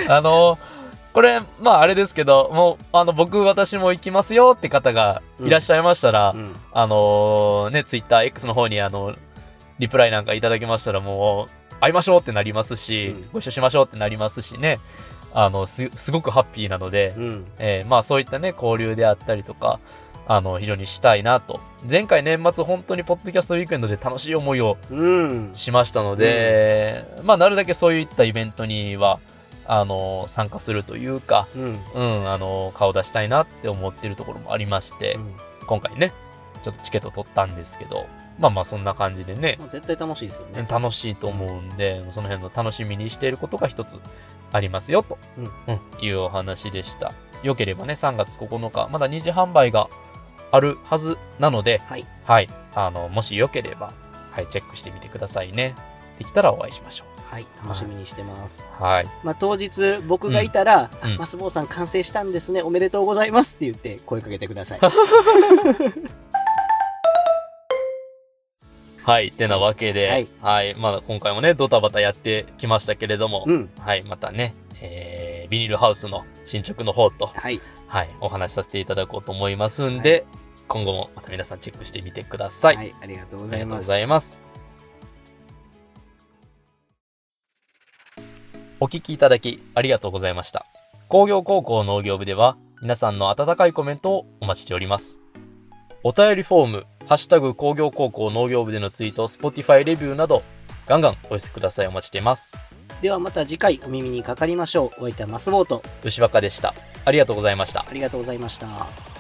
C: あのーこれ、まああれですけど、もう、あの、僕、私も行きますよって方がいらっしゃいましたら、
A: うん
C: あのーね、ツイッター X の方に、あの、リプライなんかいただきましたら、もう、会いましょうってなりますし、
A: うん
C: ご一緒しましょうってなりますしね、あの、す、すごくハッピーなので、
A: うん
C: えーまあそういったね、交流であったりとか、あの、非常にしたいなと。前回年末本当にポッドキャストウィークエンドで楽しい思いを
A: うん
C: しましたので、まあなるだけそういったイベントには、あの、参加するというか、
A: うん
C: うん、あの、顔出したいなって思ってるところもありまして、
A: も
C: 今回ね、ちょっとチケット取ったんですけど、まあまあそんな感じでね、
A: う絶対楽しいですよね
C: 楽しいと思うんで、その辺の楽しみにしていることが一つありますよ、と
A: うん
C: うんいうお話でした。よければね、3月9日、まだ2次販売があるはずなので、
A: はい
C: はい、あの、もしよければ、はい、チェックしてみてくださいね。できたらお会いしましょ
A: はい楽しみにしてます、
C: う。はい。
A: まあ、当日僕がいたら、
C: うんうん
A: マスボさん完成したんですねおめでとうございますって言って声かけてく <laughs> ださい
C: はい、てなわけで、
A: は
C: はいい、まだ今回もね、ドタバタやってきましたけれども、
A: うん
C: はい、またね、えービニールハウスの進捗の方と、
A: はい
C: はい、お話しさせていただこうと思いますんで、今後もまた皆さんチェックしてみてください。
A: はい、ありがとうご
C: あ
A: ざ
C: り
A: い
C: がとう
A: ま
C: ご
A: す
C: ざいます。お聞きいただきありがとうございました。工業高校農業部では皆さんの温かいコメントをお待ちしております。お便りフォーム、ハッシュタグ工業高校農業部でのツイート、Spotify レビューなど、ガンガンお寄せください。お待ちしています。
A: ではまた次回お耳にかかりましょうお相手はマスボート
C: 牛若でした。ありがとうございました。
A: ありがとうございました